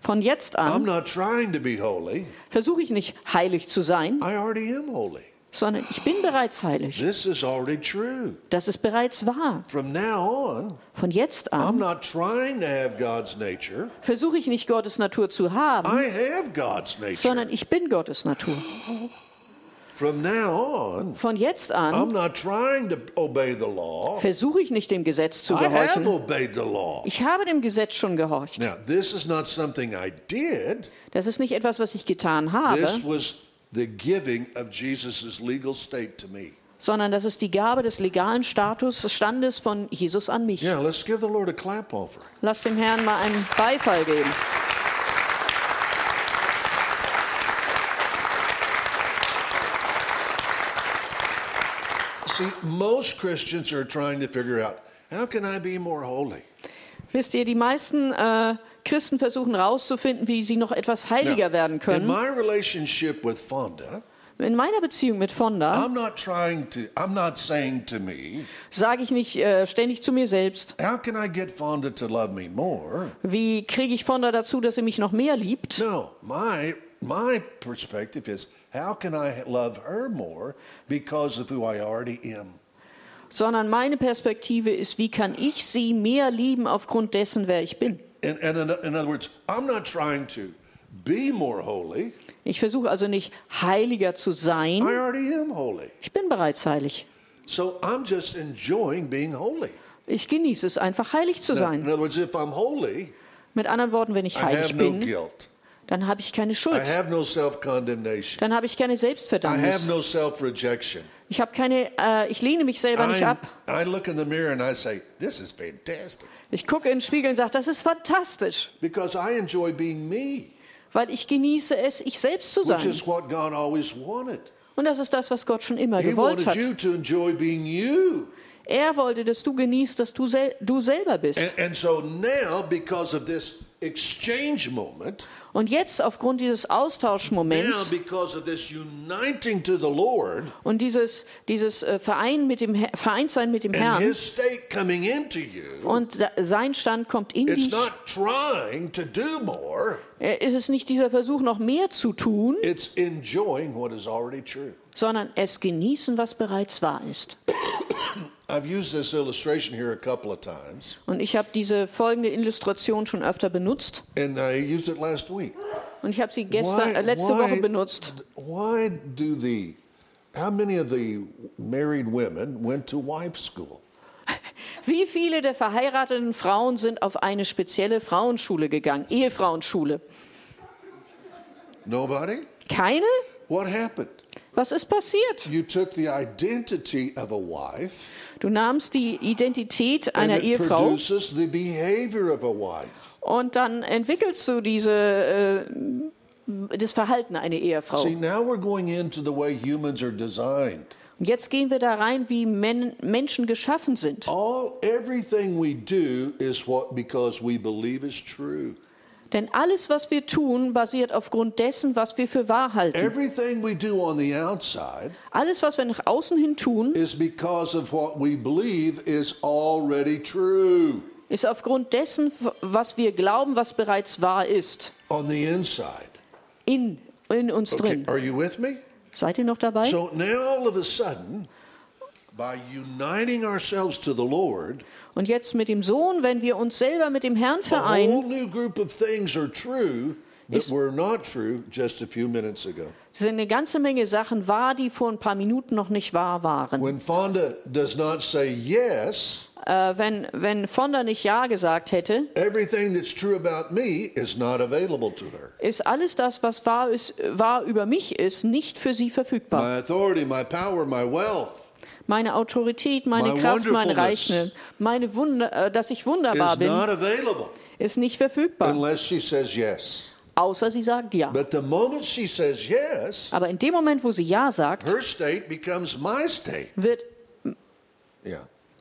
[SPEAKER 2] Von jetzt
[SPEAKER 1] I'm
[SPEAKER 2] an
[SPEAKER 1] not trying to be holy.
[SPEAKER 2] versuche ich nicht, heilig zu sein,
[SPEAKER 1] I already am holy.
[SPEAKER 2] sondern ich bin bereits heilig.
[SPEAKER 1] This is already true.
[SPEAKER 2] Das ist bereits wahr.
[SPEAKER 1] From now on,
[SPEAKER 2] Von jetzt
[SPEAKER 1] I'm
[SPEAKER 2] an
[SPEAKER 1] not trying to have God's nature.
[SPEAKER 2] versuche ich nicht, Gottes Natur zu haben,
[SPEAKER 1] I have God's nature.
[SPEAKER 2] sondern ich bin Gottes Natur.
[SPEAKER 1] From now on,
[SPEAKER 2] Von jetzt an
[SPEAKER 1] I'm not trying to obey the law.
[SPEAKER 2] versuche ich nicht dem Gesetz zu
[SPEAKER 1] I have
[SPEAKER 2] gehorchen.
[SPEAKER 1] obeyed the law.
[SPEAKER 2] Ich habe dem Gesetz schon gehorcht.
[SPEAKER 1] Now, this is not something I did.
[SPEAKER 2] Das ist nicht etwas, was ich getan habe,
[SPEAKER 1] This was the giving of Jesus' legal state to me.
[SPEAKER 2] sondern das ist die Gabe des legalen Status, Standes von Jesus an mich.
[SPEAKER 1] Yeah, let's give the Lord a clap offering.
[SPEAKER 2] Lass dem Herrn mal einen Beifall geben.
[SPEAKER 1] See, most Christians are trying to figure out how can I be more holy?
[SPEAKER 2] Wisst ihr, die meisten äh, Christen versuchen herauszufinden, wie sie noch etwas heiliger werden
[SPEAKER 1] In
[SPEAKER 2] können.
[SPEAKER 1] my relationship with Fonda,
[SPEAKER 2] In meiner Beziehung mit Fonda
[SPEAKER 1] I'm not trying to, I'm not saying to me,
[SPEAKER 2] sage ich nicht äh, ständig zu mir selbst,
[SPEAKER 1] how can I get Fonda to love me more?
[SPEAKER 2] wie kriege ich Fonda dazu, dass sie mich noch mehr liebt?
[SPEAKER 1] No, my, my perspective is, how can I love her more because of who I already am?
[SPEAKER 2] Sondern meine Perspektive ist, wie kann ich sie mehr lieben aufgrund dessen, wer ich bin?
[SPEAKER 1] And, and in, in other words, I'm not trying to be more holy.
[SPEAKER 2] Ich versuche also nicht heiliger zu
[SPEAKER 1] I
[SPEAKER 2] sein.
[SPEAKER 1] already am holy.
[SPEAKER 2] Ich bin bereits heilig.
[SPEAKER 1] So I'm just enjoying being holy.
[SPEAKER 2] Ich genieße es einfach, heilig zu
[SPEAKER 1] Now, in
[SPEAKER 2] sein.
[SPEAKER 1] other words, if I'm holy,
[SPEAKER 2] Mit anderen Worten, wenn ich
[SPEAKER 1] I have
[SPEAKER 2] heilig
[SPEAKER 1] no
[SPEAKER 2] bin,
[SPEAKER 1] guilt.
[SPEAKER 2] dann habe ich keine
[SPEAKER 1] I
[SPEAKER 2] Schuld.
[SPEAKER 1] have no self condemnation.
[SPEAKER 2] Dann habe ich keine
[SPEAKER 1] I have
[SPEAKER 2] Selbstverdammnis.
[SPEAKER 1] no self rejection.
[SPEAKER 2] Ich habe keine, äh, ich lehne mich selber nicht ab.
[SPEAKER 1] I look in the mirror and I say, This is fantastic
[SPEAKER 2] Ich gucke in den Spiegel und sage, das ist fantastisch,
[SPEAKER 1] because I enjoy being me,
[SPEAKER 2] weil ich genieße es, ich selbst zu
[SPEAKER 1] which
[SPEAKER 2] sein.
[SPEAKER 1] is what God always wanted.
[SPEAKER 2] Und das ist das, was Gott schon immer
[SPEAKER 1] He wanted
[SPEAKER 2] gewollt hat.
[SPEAKER 1] you to enjoy being you.
[SPEAKER 2] Er wollte, dass du genießt, dass du, sel du selber bist.
[SPEAKER 1] And, and so now, because of this exchange moment,
[SPEAKER 2] Und jetzt aufgrund dieses
[SPEAKER 1] now
[SPEAKER 2] Austauschmoments
[SPEAKER 1] because of this uniting to the Lord
[SPEAKER 2] und dieses, dieses äh, Verein mit dem Her Vereintsein mit dem
[SPEAKER 1] and
[SPEAKER 2] Herrn
[SPEAKER 1] His state coming into you,
[SPEAKER 2] und da- sein Stand kommt in
[SPEAKER 1] it's
[SPEAKER 2] dich,
[SPEAKER 1] not trying to do more,
[SPEAKER 2] äh, ist es nicht dieser Versuch, noch mehr zu tun,
[SPEAKER 1] it's enjoying what is already true.
[SPEAKER 2] sondern es genießen, was bereits wahr ist.
[SPEAKER 1] I've used this illustration here a couple of times,
[SPEAKER 2] Und ich habe diese folgende Illustration schon öfter benutzt
[SPEAKER 1] and I used it last week.
[SPEAKER 2] und ich habe sie gestern, äh, letzte Woche benutzt.
[SPEAKER 1] Why do the, how many of the married women went to wife school?
[SPEAKER 2] Wie viele der verheirateten Frauen sind auf eine spezielle Frauenschule gegangen, Ehefrauenschule?
[SPEAKER 1] Nobody?
[SPEAKER 2] Keine?
[SPEAKER 1] What happened?
[SPEAKER 2] Was ist passiert?
[SPEAKER 1] You took the identity of a wife
[SPEAKER 2] Du nahmst die Identität einer
[SPEAKER 1] and it
[SPEAKER 2] Ehefrau
[SPEAKER 1] produces the behavior of a wife.
[SPEAKER 2] und dann entwickelst du diese, äh, das Verhalten einer Ehefrau.
[SPEAKER 1] See, now we're going into the way humans are designed.
[SPEAKER 2] Und jetzt gehen wir da rein, wie Men Menschen geschaffen sind.
[SPEAKER 1] All everything we do is what because we believe is true.
[SPEAKER 2] Denn alles, was wir tun, basiert aufgrund dessen, was wir für wahr halten.
[SPEAKER 1] Everything we do on the outside
[SPEAKER 2] Alles, was wir nach außen hin tun,
[SPEAKER 1] is because of what we believe is already true
[SPEAKER 2] ist aufgrund dessen, was wir glauben, was bereits wahr ist.
[SPEAKER 1] on the inside.
[SPEAKER 2] In, in uns
[SPEAKER 1] Okay,
[SPEAKER 2] drin.
[SPEAKER 1] are you with me?
[SPEAKER 2] Seid ihr noch dabei?
[SPEAKER 1] So now all of a sudden, by uniting ourselves to the Lord,
[SPEAKER 2] Und jetzt mit dem Sohn, wenn wir uns selber mit dem Herrn
[SPEAKER 1] a whole
[SPEAKER 2] vereinen,
[SPEAKER 1] new group of things are true that
[SPEAKER 2] Is-
[SPEAKER 1] were not true just a few minutes ago.
[SPEAKER 2] sind eine ganze Menge Sachen wahr, die vor ein paar Minuten noch nicht wahr waren.
[SPEAKER 1] When Fonda does not say yes,
[SPEAKER 2] Äh, wenn, wenn Fonda nicht Ja gesagt hätte,
[SPEAKER 1] everything that's true about me is not available to her.
[SPEAKER 2] ist alles das, was wahr, ist, äh, wahr über mich ist, nicht für sie verfügbar.
[SPEAKER 1] My authority, my power, my wealth
[SPEAKER 2] Meine Autorität, meine
[SPEAKER 1] My
[SPEAKER 2] Kraft, mein
[SPEAKER 1] wonderfulness.
[SPEAKER 2] Reichtum, meine Wunder, äh, dass ich wunderbar
[SPEAKER 1] is
[SPEAKER 2] bin,
[SPEAKER 1] not available
[SPEAKER 2] ist nicht verfügbar,
[SPEAKER 1] unless she says yes.
[SPEAKER 2] außer sie sagt Ja.
[SPEAKER 1] But the moment she says yes,
[SPEAKER 2] Aber in dem Moment, wo sie Ja sagt,
[SPEAKER 1] her state becomes my state.
[SPEAKER 2] wird
[SPEAKER 1] Yeah.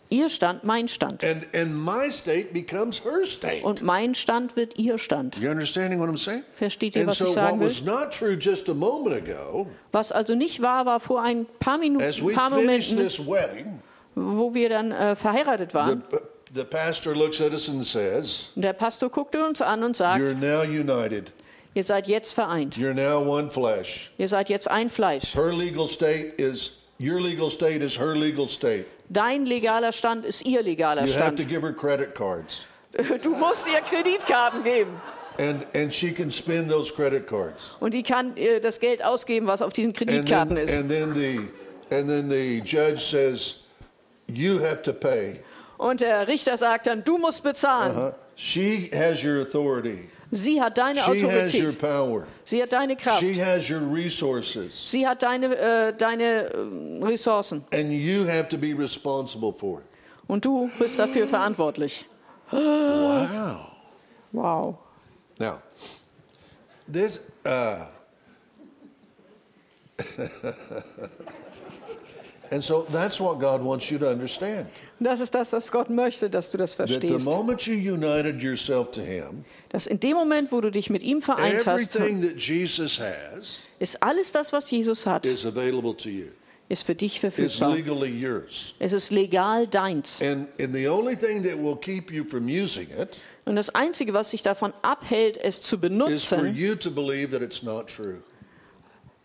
[SPEAKER 2] ihr Stand mein Stand
[SPEAKER 1] And and my state becomes her state.
[SPEAKER 2] und mein Stand wird ihr Stand.
[SPEAKER 1] You understanding what I'm saying?
[SPEAKER 2] Versteht ihr,
[SPEAKER 1] And
[SPEAKER 2] was
[SPEAKER 1] so
[SPEAKER 2] ich
[SPEAKER 1] what
[SPEAKER 2] sagen will?
[SPEAKER 1] was not true just a moment ago,
[SPEAKER 2] Was also nicht wahr war vor ein paar
[SPEAKER 1] as
[SPEAKER 2] Minuten,
[SPEAKER 1] we
[SPEAKER 2] paar
[SPEAKER 1] finish
[SPEAKER 2] Momenten,
[SPEAKER 1] this wedding,
[SPEAKER 2] wo wir dann äh, verheiratet waren.
[SPEAKER 1] the, the pastor looks at us and says,
[SPEAKER 2] Und der Pastor guckte uns an und sagt,
[SPEAKER 1] You're now united.
[SPEAKER 2] ihr seid jetzt vereint.
[SPEAKER 1] You're now one flesh.
[SPEAKER 2] Ihr seid jetzt ein Fleisch.
[SPEAKER 1] Her legal state is your legal state is her legal state.
[SPEAKER 2] Dein legaler Stand ist ihr legaler
[SPEAKER 1] You have to
[SPEAKER 2] Stand.
[SPEAKER 1] give her credit cards.
[SPEAKER 2] Du musst ihr Kreditkarten geben.
[SPEAKER 1] And and she can spend those credit cards.
[SPEAKER 2] Und die kann äh, das Geld ausgeben, was auf diesen
[SPEAKER 1] And
[SPEAKER 2] Kreditkarten
[SPEAKER 1] then,
[SPEAKER 2] ist.
[SPEAKER 1] and then the and then the judge says, You have to pay.
[SPEAKER 2] Und der Richter sagt dann, du musst bezahlen.
[SPEAKER 1] Uh, She has your authority.
[SPEAKER 2] Sie hat deine
[SPEAKER 1] She has your
[SPEAKER 2] Autorität.
[SPEAKER 1] power.
[SPEAKER 2] Sie hat deine Kraft.
[SPEAKER 1] She has your resources.
[SPEAKER 2] Sie hat deine, äh, deine äh, Ressourcen.
[SPEAKER 1] And you have to be responsible for it.
[SPEAKER 2] Und du bist dafür verantwortlich.
[SPEAKER 1] Wow.
[SPEAKER 2] Wow.
[SPEAKER 1] Now, this uh, And so that's what God wants you to understand.
[SPEAKER 2] Das ist das, was Gott möchte, dass du das
[SPEAKER 1] That the
[SPEAKER 2] verstehst.
[SPEAKER 1] moment you united yourself to Him,
[SPEAKER 2] Dass in dem Moment, wo du dich mit ihm vereint hast,
[SPEAKER 1] everything that Jesus has
[SPEAKER 2] ist alles das, was Jesus hat,
[SPEAKER 1] is available to you.
[SPEAKER 2] ist für
[SPEAKER 1] It's
[SPEAKER 2] dich verfügbar.
[SPEAKER 1] legally yours.
[SPEAKER 2] Es ist legal deins.
[SPEAKER 1] And, and the only thing that will keep you from using it
[SPEAKER 2] Und das Einzige, was dich davon abhält, es zu
[SPEAKER 1] is for
[SPEAKER 2] benutzen,
[SPEAKER 1] you to believe that it's not true.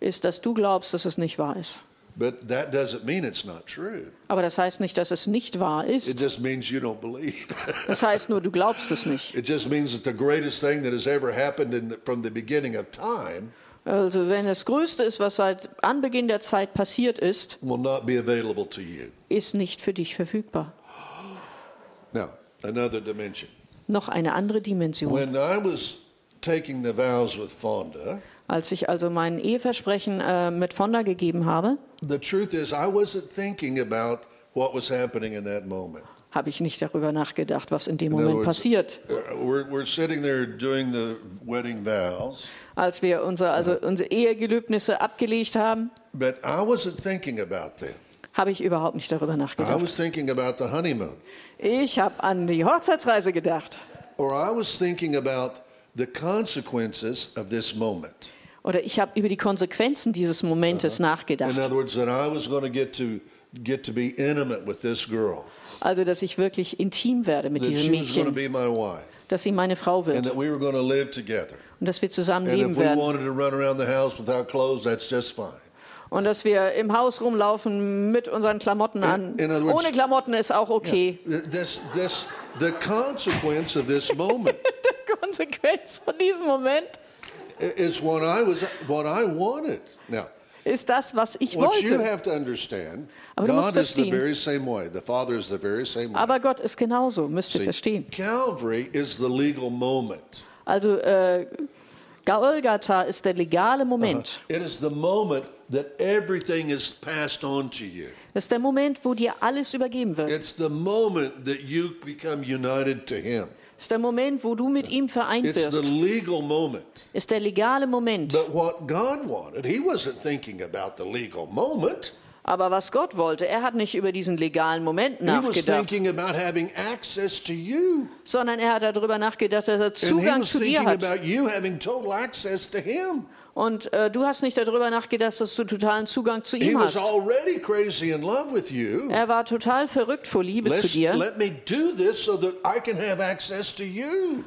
[SPEAKER 2] ist, dass du glaubst, dass es nicht wahr ist.
[SPEAKER 1] But that doesn't mean it's not true.
[SPEAKER 2] Aber das heißt nicht, dass es nicht wahr
[SPEAKER 1] It
[SPEAKER 2] ist.
[SPEAKER 1] just means you don't believe.
[SPEAKER 2] Das heißt nur, du glaubst es nicht.
[SPEAKER 1] it just means that the greatest thing that has ever happened in, from the beginning of time
[SPEAKER 2] Also wenn das Größte ist, was seit Anbeginn der Zeit passiert ist,
[SPEAKER 1] will not be available to you.
[SPEAKER 2] ist nicht für dich verfügbar.
[SPEAKER 1] Now, another dimension.
[SPEAKER 2] Noch eine andere Dimension.
[SPEAKER 1] When I was taking the vows with Fonda,
[SPEAKER 2] Als ich also mein Eheversprechen äh, mit Fonda gegeben habe,
[SPEAKER 1] the truth is I wasn't thinking about what was happening in that moment.
[SPEAKER 2] habe ich nicht darüber nachgedacht, was in dem
[SPEAKER 1] other
[SPEAKER 2] Moment
[SPEAKER 1] words-
[SPEAKER 2] passiert.
[SPEAKER 1] Uh, We're, we're sitting there doing the wedding vows,
[SPEAKER 2] Als wir unsere, also unsere Ehegelübnisse abgelegt haben,
[SPEAKER 1] but I wasn't thinking about them.
[SPEAKER 2] habe ich überhaupt nicht darüber
[SPEAKER 1] I
[SPEAKER 2] nachgedacht.
[SPEAKER 1] was thinking about the honeymoon,
[SPEAKER 2] Ich habe an die Hochzeitsreise gedacht.
[SPEAKER 1] or I was thinking about the consequences of this moment.
[SPEAKER 2] Oder ich habe über die Konsequenzen dieses Momentes
[SPEAKER 1] In
[SPEAKER 2] nachgedacht.
[SPEAKER 1] other words, that I was going to get to get to be intimate with this girl,
[SPEAKER 2] Also, dass ich wirklich intim werde mit
[SPEAKER 1] that she
[SPEAKER 2] diesem
[SPEAKER 1] was going to
[SPEAKER 2] Mädchen,
[SPEAKER 1] be my wife,
[SPEAKER 2] dass sie meine Frau
[SPEAKER 1] and
[SPEAKER 2] wird
[SPEAKER 1] that we were going to live together.
[SPEAKER 2] und dass wir zusammen
[SPEAKER 1] And if
[SPEAKER 2] leben
[SPEAKER 1] we
[SPEAKER 2] werden.
[SPEAKER 1] wanted to run around the house without clothes, that's just fine.
[SPEAKER 2] Und dass wir im Haus rumlaufen mit unseren Klamotten an.
[SPEAKER 1] In other words-
[SPEAKER 2] Ohne Klamotten ist auch okay.
[SPEAKER 1] Th- This, this, the consequence of this moment
[SPEAKER 2] Die Konsequenz von diesem Moment
[SPEAKER 1] i- is what I was, what I wanted. Now,
[SPEAKER 2] ist das, was ich
[SPEAKER 1] what you
[SPEAKER 2] wollte.
[SPEAKER 1] have to understand,
[SPEAKER 2] Aber du musst
[SPEAKER 1] God is the
[SPEAKER 2] verstehen.
[SPEAKER 1] very same way. The Father is the very same way.
[SPEAKER 2] Aber Gott ist genauso, müsst ihr verstehen.
[SPEAKER 1] Calvary is the legal moment.
[SPEAKER 2] Also äh, Golgatha ist der legale Moment.
[SPEAKER 1] It is the moment that everything is passed on to you.
[SPEAKER 2] Das ist der Moment, wo dir alles übergeben wird.
[SPEAKER 1] It's the moment that you become united to Him.
[SPEAKER 2] Das ist der Moment, wo du mit ihm vereint
[SPEAKER 1] It's the
[SPEAKER 2] wirst.
[SPEAKER 1] legal moment.
[SPEAKER 2] Ist der legale Moment.
[SPEAKER 1] But what God wanted, He wasn't thinking about the legal moment.
[SPEAKER 2] Aber was Gott wollte, er hat nicht über diesen legalen Moment
[SPEAKER 1] He was
[SPEAKER 2] nachgedacht,
[SPEAKER 1] thinking about having access to you.
[SPEAKER 2] sondern er hat darüber nachgedacht, dass er
[SPEAKER 1] And He
[SPEAKER 2] Zugang
[SPEAKER 1] was
[SPEAKER 2] zu dir
[SPEAKER 1] thinking
[SPEAKER 2] hat.
[SPEAKER 1] about you having total access to Him.
[SPEAKER 2] Und äh, du hast nicht darüber nachgedacht, dass du totalen Zugang zu
[SPEAKER 1] He
[SPEAKER 2] ihm
[SPEAKER 1] was
[SPEAKER 2] hast.
[SPEAKER 1] already crazy in love with you.
[SPEAKER 2] Er war total verrückt vor Liebe zu
[SPEAKER 1] Let's,
[SPEAKER 2] dir.
[SPEAKER 1] let me do this so that I can have access to you.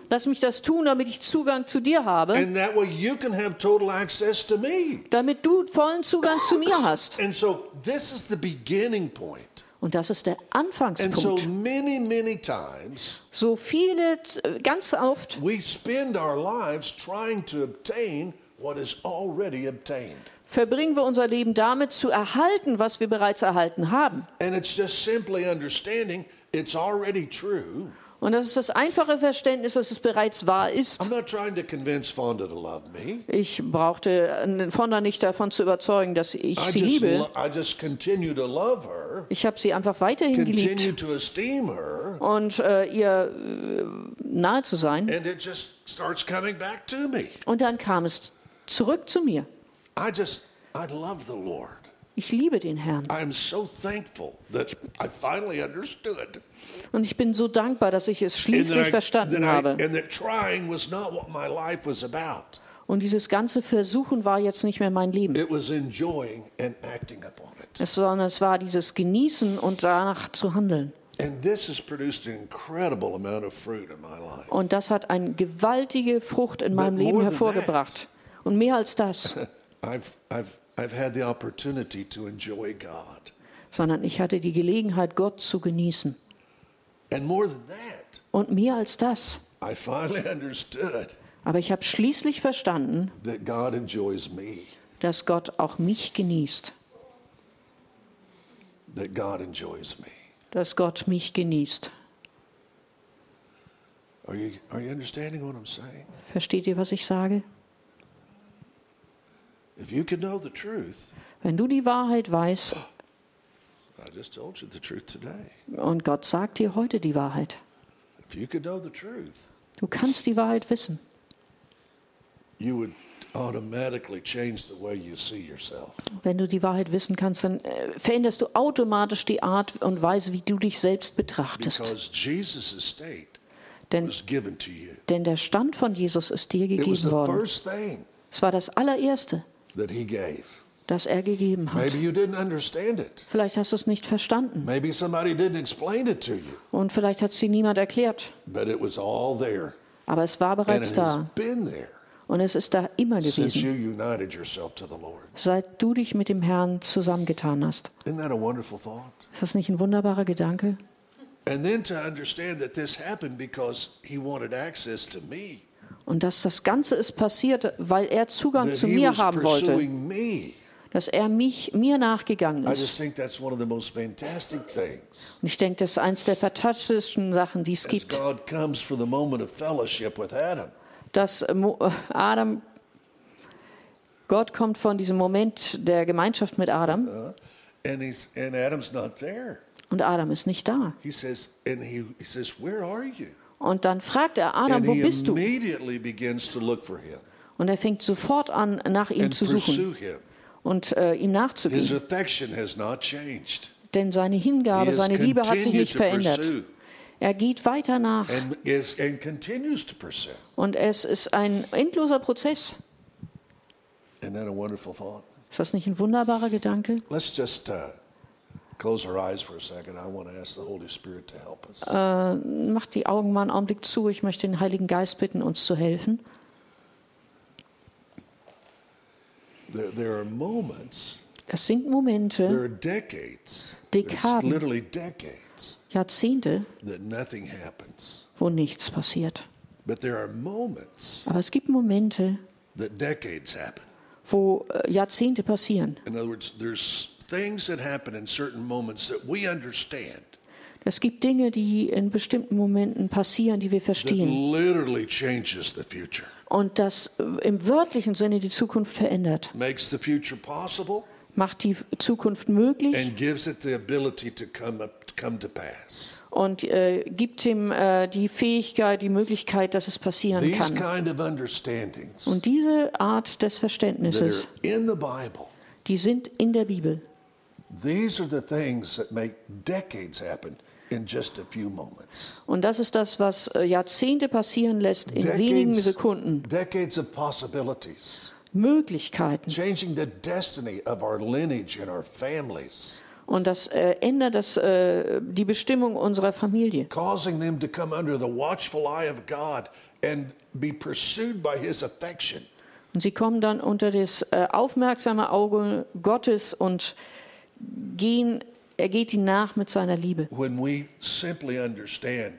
[SPEAKER 2] Lass mich das tun, damit ich Zugang zu dir habe,
[SPEAKER 1] And that way you can have total access to me.
[SPEAKER 2] damit du vollen Zugang zu mir hast.
[SPEAKER 1] And so this is the beginning point.
[SPEAKER 2] Und das ist der
[SPEAKER 1] And so
[SPEAKER 2] Anfangspunkt.
[SPEAKER 1] many, many times
[SPEAKER 2] So viele, äh, ganz oft
[SPEAKER 1] we spend our lives trying to obtain what is already obtained.
[SPEAKER 2] verbringen wir unser Leben damit, zu erhalten, was wir bereits erhalten haben.
[SPEAKER 1] And it's just simply understanding it's already true.
[SPEAKER 2] Und das ist das einfache Verständnis, dass es bereits wahr ist.
[SPEAKER 1] I'm not trying to convince Fonda to love me.
[SPEAKER 2] Ich brauchte Fonda nicht davon zu überzeugen, dass ich
[SPEAKER 1] I
[SPEAKER 2] sie
[SPEAKER 1] just,
[SPEAKER 2] liebe.
[SPEAKER 1] lo- I just continue to love her,
[SPEAKER 2] Ich habe sie einfach weiterhin geliebt
[SPEAKER 1] continue to esteem her,
[SPEAKER 2] und äh, ihr äh, nahe zu sein.
[SPEAKER 1] and it just starts coming back to me.
[SPEAKER 2] Und dann kam es zurück zu mir.
[SPEAKER 1] I just, I love the Lord.
[SPEAKER 2] Ich liebe den Herrn.
[SPEAKER 1] I am so thankful that I finally understood.
[SPEAKER 2] Und ich bin so dankbar, dass ich es schließlich
[SPEAKER 1] I- that
[SPEAKER 2] verstanden
[SPEAKER 1] I-
[SPEAKER 2] habe.
[SPEAKER 1] and that trying was not what my life was about.
[SPEAKER 2] Und dieses ganze Versuchen war jetzt nicht mehr mein Leben.
[SPEAKER 1] It was enjoying and acting upon it.
[SPEAKER 2] Es, sondern es war dieses Genießen und danach zu handeln.
[SPEAKER 1] And this has produced an incredible amount of fruit in my life.
[SPEAKER 2] Und das hat eine gewaltige Frucht in meinem
[SPEAKER 1] But
[SPEAKER 2] Leben
[SPEAKER 1] more than
[SPEAKER 2] hervorgebracht. Und mehr als das,
[SPEAKER 1] I've, I've, I've had the opportunity to enjoy God.
[SPEAKER 2] sondern ich hatte die Gelegenheit, Gott zu genießen.
[SPEAKER 1] And more than that,
[SPEAKER 2] Und mehr als das.
[SPEAKER 1] I finally understood
[SPEAKER 2] Aber ich habe schließlich verstanden,
[SPEAKER 1] that God enjoys me,
[SPEAKER 2] dass Gott auch mich genießt.
[SPEAKER 1] that God enjoys me.
[SPEAKER 2] Dass Gott mich genießt.
[SPEAKER 1] Are you, are you understanding what I'm saying?
[SPEAKER 2] Versteht ihr, was ich sage?
[SPEAKER 1] If you could know the truth,
[SPEAKER 2] Wenn du die Wahrheit weißt,
[SPEAKER 1] I just told you the truth today.
[SPEAKER 2] und Gott sagt dir heute die Wahrheit,
[SPEAKER 1] If you could know the truth,
[SPEAKER 2] du kannst die Wahrheit wissen.
[SPEAKER 1] you would automatically change the way you see yourself.
[SPEAKER 2] Wenn du die Wahrheit wissen kannst, dann äh, veränderst du automatisch die Art und Weise, wie du dich selbst betrachtest.
[SPEAKER 1] Because Jesus' estate
[SPEAKER 2] Denn,
[SPEAKER 1] was given to you.
[SPEAKER 2] denn der Stand von Jesus ist dir
[SPEAKER 1] It was
[SPEAKER 2] gegeben
[SPEAKER 1] the
[SPEAKER 2] worden.
[SPEAKER 1] first thing
[SPEAKER 2] Es war das allererste,
[SPEAKER 1] that he gave.
[SPEAKER 2] das er gegeben hat.
[SPEAKER 1] Maybe you didn't understand it.
[SPEAKER 2] Vielleicht hast du es nicht verstanden
[SPEAKER 1] Maybe somebody didn't explain it to you.
[SPEAKER 2] und vielleicht hat es dir niemand erklärt.
[SPEAKER 1] But it was all there.
[SPEAKER 2] Aber es war
[SPEAKER 1] And
[SPEAKER 2] bereits
[SPEAKER 1] it has
[SPEAKER 2] da
[SPEAKER 1] been there
[SPEAKER 2] und es ist da immer
[SPEAKER 1] since
[SPEAKER 2] gewesen,
[SPEAKER 1] you united yourself to the Lord.
[SPEAKER 2] seit du dich mit dem Herrn zusammengetan hast.
[SPEAKER 1] Isn't that a wonderful thought?
[SPEAKER 2] Ist das nicht ein wunderbarer Gedanke?
[SPEAKER 1] And then to understand that this happened because he wanted access to me.
[SPEAKER 2] Und dass das Ganze ist passiert, weil er Zugang
[SPEAKER 1] that
[SPEAKER 2] zu
[SPEAKER 1] he
[SPEAKER 2] mir
[SPEAKER 1] was
[SPEAKER 2] haben wollte,
[SPEAKER 1] pursuing me.
[SPEAKER 2] dass er mich, mir nachgegangen
[SPEAKER 1] I
[SPEAKER 2] ist.
[SPEAKER 1] just think that's one of the most fantastic things.
[SPEAKER 2] Und ich denke, das ist eins der fantastischsten Sachen, die es
[SPEAKER 1] As
[SPEAKER 2] gibt,
[SPEAKER 1] God comes for the moment of fellowship with Adam.
[SPEAKER 2] dass äh, Mo- äh, Adam, Gott kommt von diesem Moment der Gemeinschaft mit Adam
[SPEAKER 1] huh? and he's and Adam's not there.
[SPEAKER 2] und Adam ist nicht da.
[SPEAKER 1] He says, and he, he says, Where are you?
[SPEAKER 2] Und dann fragt er Adam,
[SPEAKER 1] and
[SPEAKER 2] wo
[SPEAKER 1] he
[SPEAKER 2] bist du?
[SPEAKER 1] immediately begins to look for him
[SPEAKER 2] Und er fängt sofort an, nach ihm
[SPEAKER 1] and
[SPEAKER 2] zu
[SPEAKER 1] pursue
[SPEAKER 2] suchen
[SPEAKER 1] him.
[SPEAKER 2] und äh, ihm
[SPEAKER 1] His
[SPEAKER 2] nachzugehen.
[SPEAKER 1] affection has not changed.
[SPEAKER 2] Denn seine
[SPEAKER 1] He
[SPEAKER 2] Hingabe,
[SPEAKER 1] has
[SPEAKER 2] seine Liebe hat sich
[SPEAKER 1] continued
[SPEAKER 2] nicht
[SPEAKER 1] to
[SPEAKER 2] verändert.
[SPEAKER 1] pursue
[SPEAKER 2] Er geht weiter nach
[SPEAKER 1] and is and continues to pursue.
[SPEAKER 2] und es ist ein endloser Prozess.
[SPEAKER 1] Isn't that a wonderful thought?
[SPEAKER 2] Ist das nicht ein wunderbarer Gedanke?
[SPEAKER 1] Let's just uh, close our eyes for a second. I want to ask the Holy Spirit to help us.
[SPEAKER 2] Macht die Augen mal einen Augenblick zu. Ich möchte den Heiligen Geist bitten, uns zu helfen.
[SPEAKER 1] There, there are moments,
[SPEAKER 2] Das sind
[SPEAKER 1] there
[SPEAKER 2] Momente,
[SPEAKER 1] are decades, it's
[SPEAKER 2] Dekaden.
[SPEAKER 1] literally decades,
[SPEAKER 2] Jahrzehnte,
[SPEAKER 1] that nothing happens.
[SPEAKER 2] wo nichts passiert.
[SPEAKER 1] But there are moments
[SPEAKER 2] Aber es gibt Momente,
[SPEAKER 1] that decades happen.
[SPEAKER 2] wo äh, Jahrzehnte passieren.
[SPEAKER 1] In other words, there's things that happen in certain moments that we understand
[SPEAKER 2] Es gibt Dinge, die in bestimmten Momenten passieren, die wir
[SPEAKER 1] that
[SPEAKER 2] verstehen.
[SPEAKER 1] literally changes the future,
[SPEAKER 2] Und das äh, im wörtlichen Sinne die Zukunft verändert.
[SPEAKER 1] makes the future possible,
[SPEAKER 2] Macht die Zukunft möglich
[SPEAKER 1] and gives it the ability to come up, to come to pass.
[SPEAKER 2] und äh, gibt dem äh, die Fähigkeit, die Möglichkeit, dass es passieren
[SPEAKER 1] These
[SPEAKER 2] kann.
[SPEAKER 1] kind of understandings
[SPEAKER 2] Und diese Art des
[SPEAKER 1] that are
[SPEAKER 2] Verständnisses,
[SPEAKER 1] in the Bible,
[SPEAKER 2] die sind in der Bibel.
[SPEAKER 1] these are the things that make decades happen in just a few moments.
[SPEAKER 2] Und das ist das, was äh, Jahrzehnte passieren lässt in wenigen Sekunden.
[SPEAKER 1] decades of possibilities,
[SPEAKER 2] Möglichkeiten.
[SPEAKER 1] changing the destiny of our lineage and our families,
[SPEAKER 2] Und das äh, ändert das, äh, die Bestimmung unserer Familie.
[SPEAKER 1] causing them to come under the watchful eye of God and be pursued by His affection.
[SPEAKER 2] Und sie kommen dann unter das äh, aufmerksame Auge Gottes und gehen, er geht ihnen nach mit seiner Liebe.
[SPEAKER 1] When we simply understand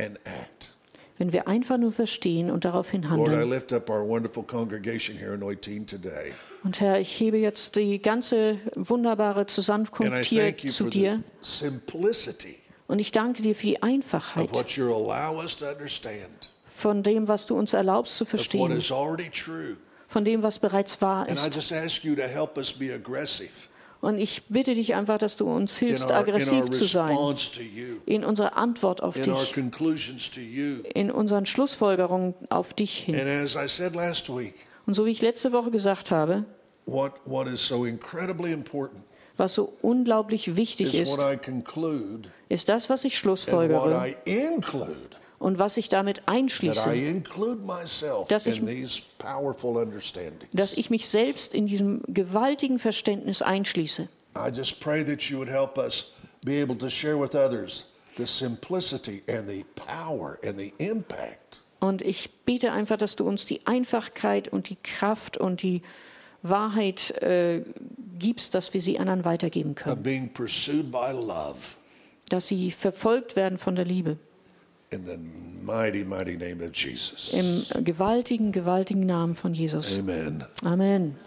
[SPEAKER 1] and act.
[SPEAKER 2] Wenn wir einfach nur verstehen und daraufhin
[SPEAKER 1] Lord, I
[SPEAKER 2] handeln.
[SPEAKER 1] lift up our wonderful congregation here in Oiteen today.
[SPEAKER 2] Und Herr, ich hebe jetzt die ganze wunderbare
[SPEAKER 1] And I
[SPEAKER 2] Zusammenkunft hier
[SPEAKER 1] thank you
[SPEAKER 2] zu
[SPEAKER 1] for the
[SPEAKER 2] dir.
[SPEAKER 1] simplicity
[SPEAKER 2] Und ich danke dir für die
[SPEAKER 1] of
[SPEAKER 2] Einfachheit
[SPEAKER 1] what you allow us to understand,
[SPEAKER 2] von dem, was du uns erlaubst zu
[SPEAKER 1] of what
[SPEAKER 2] verstehen,
[SPEAKER 1] is already true.
[SPEAKER 2] von dem, was bereits wahr
[SPEAKER 1] And I
[SPEAKER 2] ist.
[SPEAKER 1] just ask you to help us be aggressive
[SPEAKER 2] Und ich bitte dich einfach, dass du uns
[SPEAKER 1] in
[SPEAKER 2] hilfst,
[SPEAKER 1] our, in our
[SPEAKER 2] aggressiv zu sein.
[SPEAKER 1] response to you,
[SPEAKER 2] in unserer Antwort auf
[SPEAKER 1] in our
[SPEAKER 2] dich,
[SPEAKER 1] conclusions to you.
[SPEAKER 2] in unseren Schlussfolgerungen auf dich hin.
[SPEAKER 1] And as I said last week,
[SPEAKER 2] Und so wie ich letzte Woche gesagt habe,
[SPEAKER 1] what, what is so incredibly important
[SPEAKER 2] was so unglaublich wichtig
[SPEAKER 1] is
[SPEAKER 2] ist,
[SPEAKER 1] what I conclude
[SPEAKER 2] ist das, was ich
[SPEAKER 1] and what
[SPEAKER 2] schlussfolgere
[SPEAKER 1] I include,
[SPEAKER 2] und was ich damit
[SPEAKER 1] that I
[SPEAKER 2] einschließe,
[SPEAKER 1] include myself
[SPEAKER 2] Dass ich-
[SPEAKER 1] in these powerful understandings.
[SPEAKER 2] dass ich mich selbst in diesem gewaltigen Verständnis einschließe.
[SPEAKER 1] I just pray that you would help us be able to share with others the simplicity and the power and the impact
[SPEAKER 2] Und ich bete einfach, dass du uns die Einfachkeit und die Kraft und die Wahrheit äh, gibst, dass wir sie anderen weitergeben können,
[SPEAKER 1] of being pursued by love
[SPEAKER 2] dass sie verfolgt werden von der Liebe.
[SPEAKER 1] in the mighty, mighty name of Jesus.
[SPEAKER 2] Im gewaltigen, gewaltigen Namen von Jesus.
[SPEAKER 1] Amen.
[SPEAKER 2] Amen.